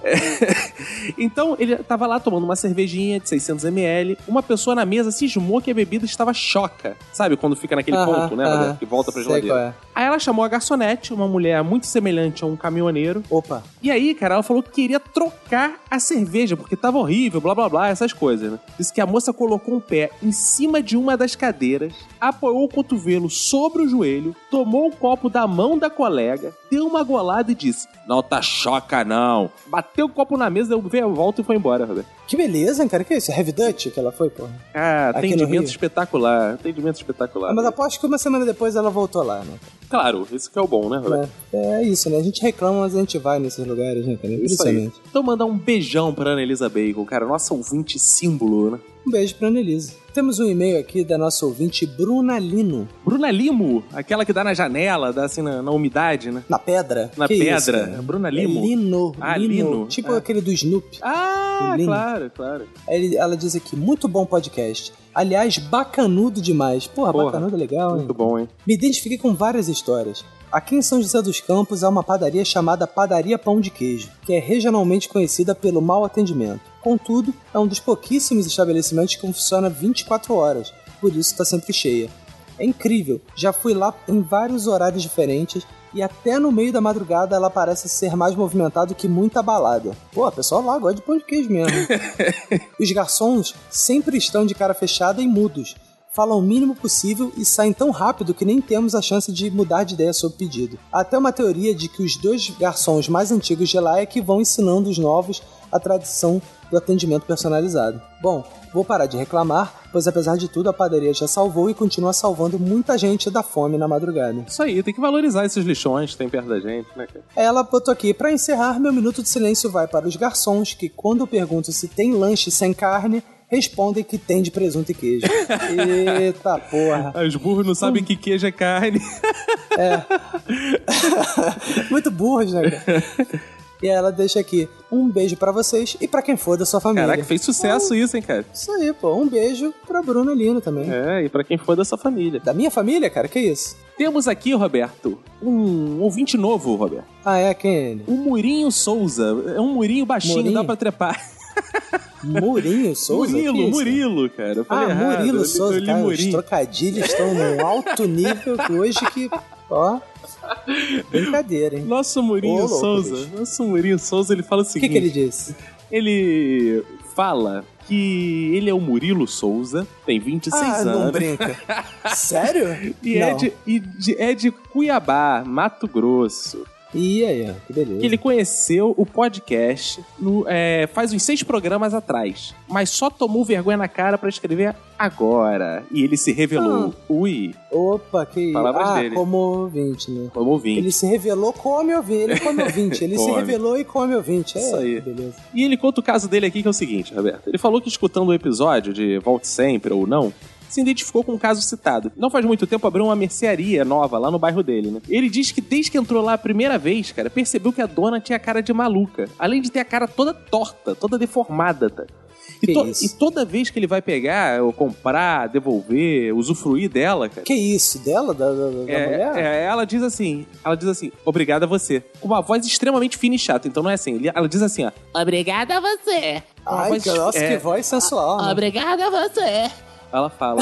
Então, ele tava lá tomando uma cervejinha de 600ml. Uma pessoa na mesa cismou que a bebida estava choca. Sabe quando fica naquele
Aham,
ponto, né,
aham.
Roberto? Que volta pra
Sei
geladeira.
qual é.
Aí ela chamou a garçonete, uma mulher muito semelhante a um caminhoneiro.
Opa.
E aí, cara, ela falou que queria trocar a cerveja, porque tava horrível, blá blá blá, essas coisas, né? Disse que a moça colocou um pé em cima de uma das cadeiras, apoiou o cotovelo sobre o joelho, tomou o copo da mão da colega, deu uma golada e disse: Não tá choca, não. Bateu o copo na mesa, eu veio a volta e foi embora, Roberto.
Que beleza, hein, cara. Que é isso? Heavy Dutch que ela foi, pô.
Ah,
Aqui no
atendimento
Rio? Ah,
espetacular, atendimento espetacular.
Mas aposto que uma semana depois ela voltou lá, né?
Claro, isso que é o bom, né, Roberto?
É, é isso, né? A gente reclama, mas a gente vai nesses lugares, né, cara?
Isso aí.
Impressionante.
Então mandar um beijão pra Ana Elisa Bacon, cara, nossa ouvinte símbolo, né?
Um beijo pra Annelise. Temos um e-mail aqui da nossa ouvinte Bruna Lino.
Bruna Limo, aquela que dá na janela, dá assim na, na umidade, né?
Na pedra.
Na
Que
pedra.
isso, cara?
Bruna Limo.
É Lino.
Ah,
Lino.
Lino.
Tipo
Ah.
aquele do Snoopy.
Ah,
Lino.
claro, claro.
Ele- Ela diz aqui, muito bom podcast. Aliás, bacanudo demais. Porra,
Porra,
bacanudo é legal, hein?
Muito bom, hein?
Me identifiquei com várias histórias. Aqui em São José dos Campos há uma padaria chamada Padaria Pão de Queijo, que é regionalmente conhecida pelo mau atendimento. Contudo, é um dos pouquíssimos estabelecimentos que funciona 24 horas, por isso está sempre cheia. É incrível, já fui lá em vários horários diferentes e até no meio da madrugada ela parece ser mais movimentada que muita balada. Pô, o pessoal lá gosta de pão de queijo mesmo. Os garçons sempre estão de cara fechada e mudos. Falam o mínimo possível e saem tão rápido que nem temos a chance de mudar de ideia sobre o pedido. Até uma teoria de que os dois garçons mais antigos de lá é que vão ensinando os novos a tradição do atendimento personalizado. Bom, vou parar de reclamar, pois apesar de tudo a padaria já salvou e continua salvando muita gente da fome na madrugada.
Isso aí, tem que valorizar esses lixões que tem perto da gente, né, cara?
Ela botou aqui, pra encerrar, meu minuto de silêncio vai para os garçons que, quando eu pergunto se tem lanche sem carne, respondem que tem de presunto e queijo. Eita porra.
Ah, Os burros não sabem que queijo é carne.
Muito burros, né,
[LAUGHS]
cara? E ela deixa aqui um beijo pra vocês e pra quem for da sua família.
[LAUGHS] Caraca, fez sucesso isso, hein, cara?
Isso aí, pô. Um beijo pra Bruna Lino também.
É, e pra quem for dessa família.
Da minha família, cara? Que isso?
Temos aqui, Roberto, um ouvinte novo, Roberto.
Ah, é? Quem é ele?
O Murinho Souza. É um murinho baixinho,
Murinho?
dá pra [LAUGHS] trepar.
Murinho Souza?
[LAUGHS] Murilo,
Que isso?
Murilo, cara. Eu falei
ah,
errado,
Murilo
eu li- eu
Souza,
li
cara, os
Murinho.
trocadilhos
[LAUGHS]
estão num alto nível que hoje que, ó, brincadeira, hein?
Nosso Murinho
Ô, louco,
Souza,
bicho.
nosso Murinho Souza, ele fala é o
O que,
seguinte.
que ele disse?
Ele fala que ele é o Murilo Souza, tem 26
ah,
anos.
não brinca. Sério?
[LAUGHS] E é
Não.
de, e de- é de Cuiabá, Mato Grosso.
E aí, ó, que beleza.
Que ele conheceu o podcast no, é, faz uns seis programas atrás, mas só tomou vergonha na cara pra escrever agora. E ele se revelou.
Ah.
Ui,
Opa, que
Palavras
ah,
dele.
como ouvinte, né?
como ouvinte.
Ele se revelou come ouvinte.
[LAUGHS]
Ele come ouvinte. Ele se
Come.
revelou e come ouvinte. É,
Isso aí.
beleza.
E ele conta o caso dele aqui, que é o seguinte, Roberto. Ele falou que escutando o episódio de Volte Sempre ou Não, se identificou com o caso citado. Não faz muito tempo abriu uma mercearia nova lá no bairro dele, né? Ele diz que desde que entrou lá a primeira vez, cara, percebeu que a dona tinha cara de maluca. Além de ter a cara toda torta, toda deformada, tá? E,
Que
to-
isso?
e toda vez que ele vai pegar, ou comprar, devolver, usufruir dela, cara.
Que isso? Dela? Da, da, da mulher?
É, é, ela diz assim, ela diz assim, obrigada a você. Com uma voz extremamente fina e chata, então não é assim. ele- Ela diz assim, ó,
Obrigada a você.
Ai,
voz-
que, nossa,
é.
que voz sensual. né?
Obrigada a você.
Ela fala.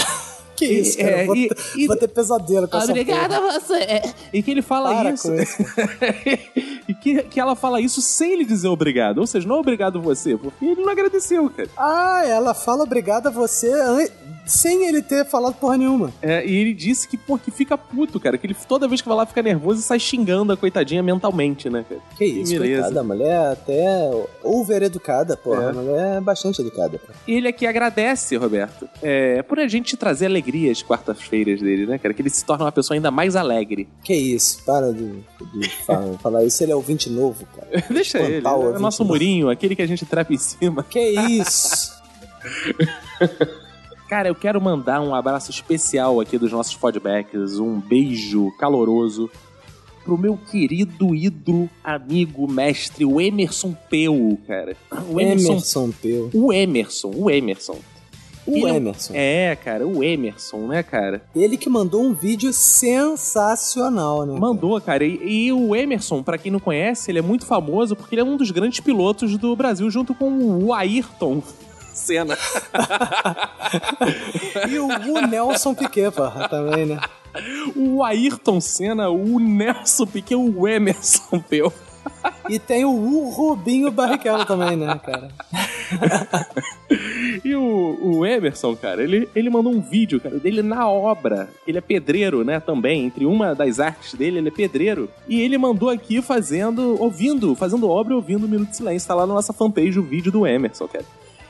Que isso, cara.
É,
eu vou,
e-
ter- vou ter pesadelo com essa
Obrigada a você.
E que ele fala
Para
isso.
com
[LAUGHS] e que, que ela fala isso sem ele dizer é obrigado. Ou seja, não obrigado você, porque ele não agradeceu, cara.
Ah, ela fala obrigada a você an- Sem ele ter falado porra nenhuma.
É, e ele disse que, pô, que fica puto, cara. Que ele toda vez que vai lá fica nervoso e sai xingando a coitadinha mentalmente, né, cara?
Que isso, coitada, a mulher até over educada, porra. A mulher é bastante educada. pô.
E ele aqui agradece, Roberto, é, por a gente trazer alegria às quartas-feiras dele, né, cara? Que ele se torna uma pessoa ainda mais alegre. [LAUGHS]
Que isso, para de, de fa- [LAUGHS] falar isso. Ele é ouvinte novo, cara.
Deixa
Espantar
ele.
tá o
É o
ouvinte
nosso
novo.
murinho, aquele que a gente trepa em cima.
Que isso!
Cara, eu quero mandar um abraço especial aqui dos nossos feedbacks, um beijo caloroso pro meu querido ídolo, amigo, mestre, o Emerson Peu, cara. [LAUGHS] O Emerson,
Emerson Peu.
O Emerson, o Emerson.
O
Ele é um-
Emerson.
É, cara, o Emerson, né, cara?
Ele que mandou um vídeo sensacional, né?
Mandou, cara. E, e o Emerson, pra quem não conhece, ele é muito famoso porque ele é um dos grandes pilotos do Brasil, junto com o Ayrton Senna.
E o, o Nelson Piquet, porra, também, né?
O Ayrton Senna, o Nelson Piquet, o Emerson Peu.
E tem o, o Rubinho Barrichello também, né, cara?
E o, o Emerson, cara, ele, ele mandou um vídeo, cara, dele na obra. Ele é pedreiro, né, também. Entre uma das artes dele, ele é pedreiro. E ele mandou aqui fazendo, ouvindo, fazendo obra e ouvindo o Minuto de Silêncio. Tá lá na nossa fanpage o vídeo do Emerson, cara.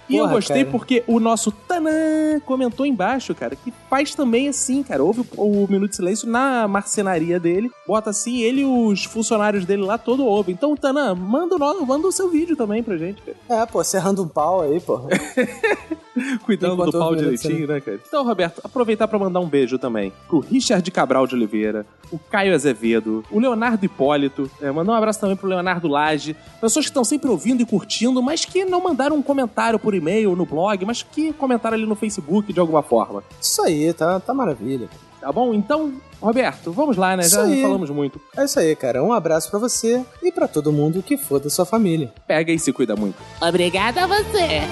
E eu
Porra,
gostei
cara.
porque o nosso Tanã comentou embaixo, cara, que faz também assim, cara. Ouve o, o Minuto de Silêncio na marcenaria dele, bota assim, ele e os funcionários dele lá todo ouvem. Então, Tanã, manda o, no- manda o seu vídeo também pra gente, cara.
É, pô, serrando um pau aí, pô.
Cuidando
Enquanto
do pau
ouve o Minuto de
direitinho, né, cara? Então, Roberto, aproveitar pra mandar um beijo também pro Richard Cabral de Oliveira, o Caio Azevedo, o Leonardo Hipólito. É, mandar um abraço também pro Leonardo Lage. Pessoas que estão sempre ouvindo e curtindo, mas que não mandaram um comentário por e-mail, no blog, mas que comentaram ali no Facebook de alguma forma.
Isso aí, tá, tá maravilha.
Tá bom? Então, Roberto, vamos lá, né?
Isso
Já
aí.
falamos muito.
É isso aí, cara. Um abraço pra você e pra todo mundo que for da sua família.
Pega e se cuida muito.
Obrigada a você.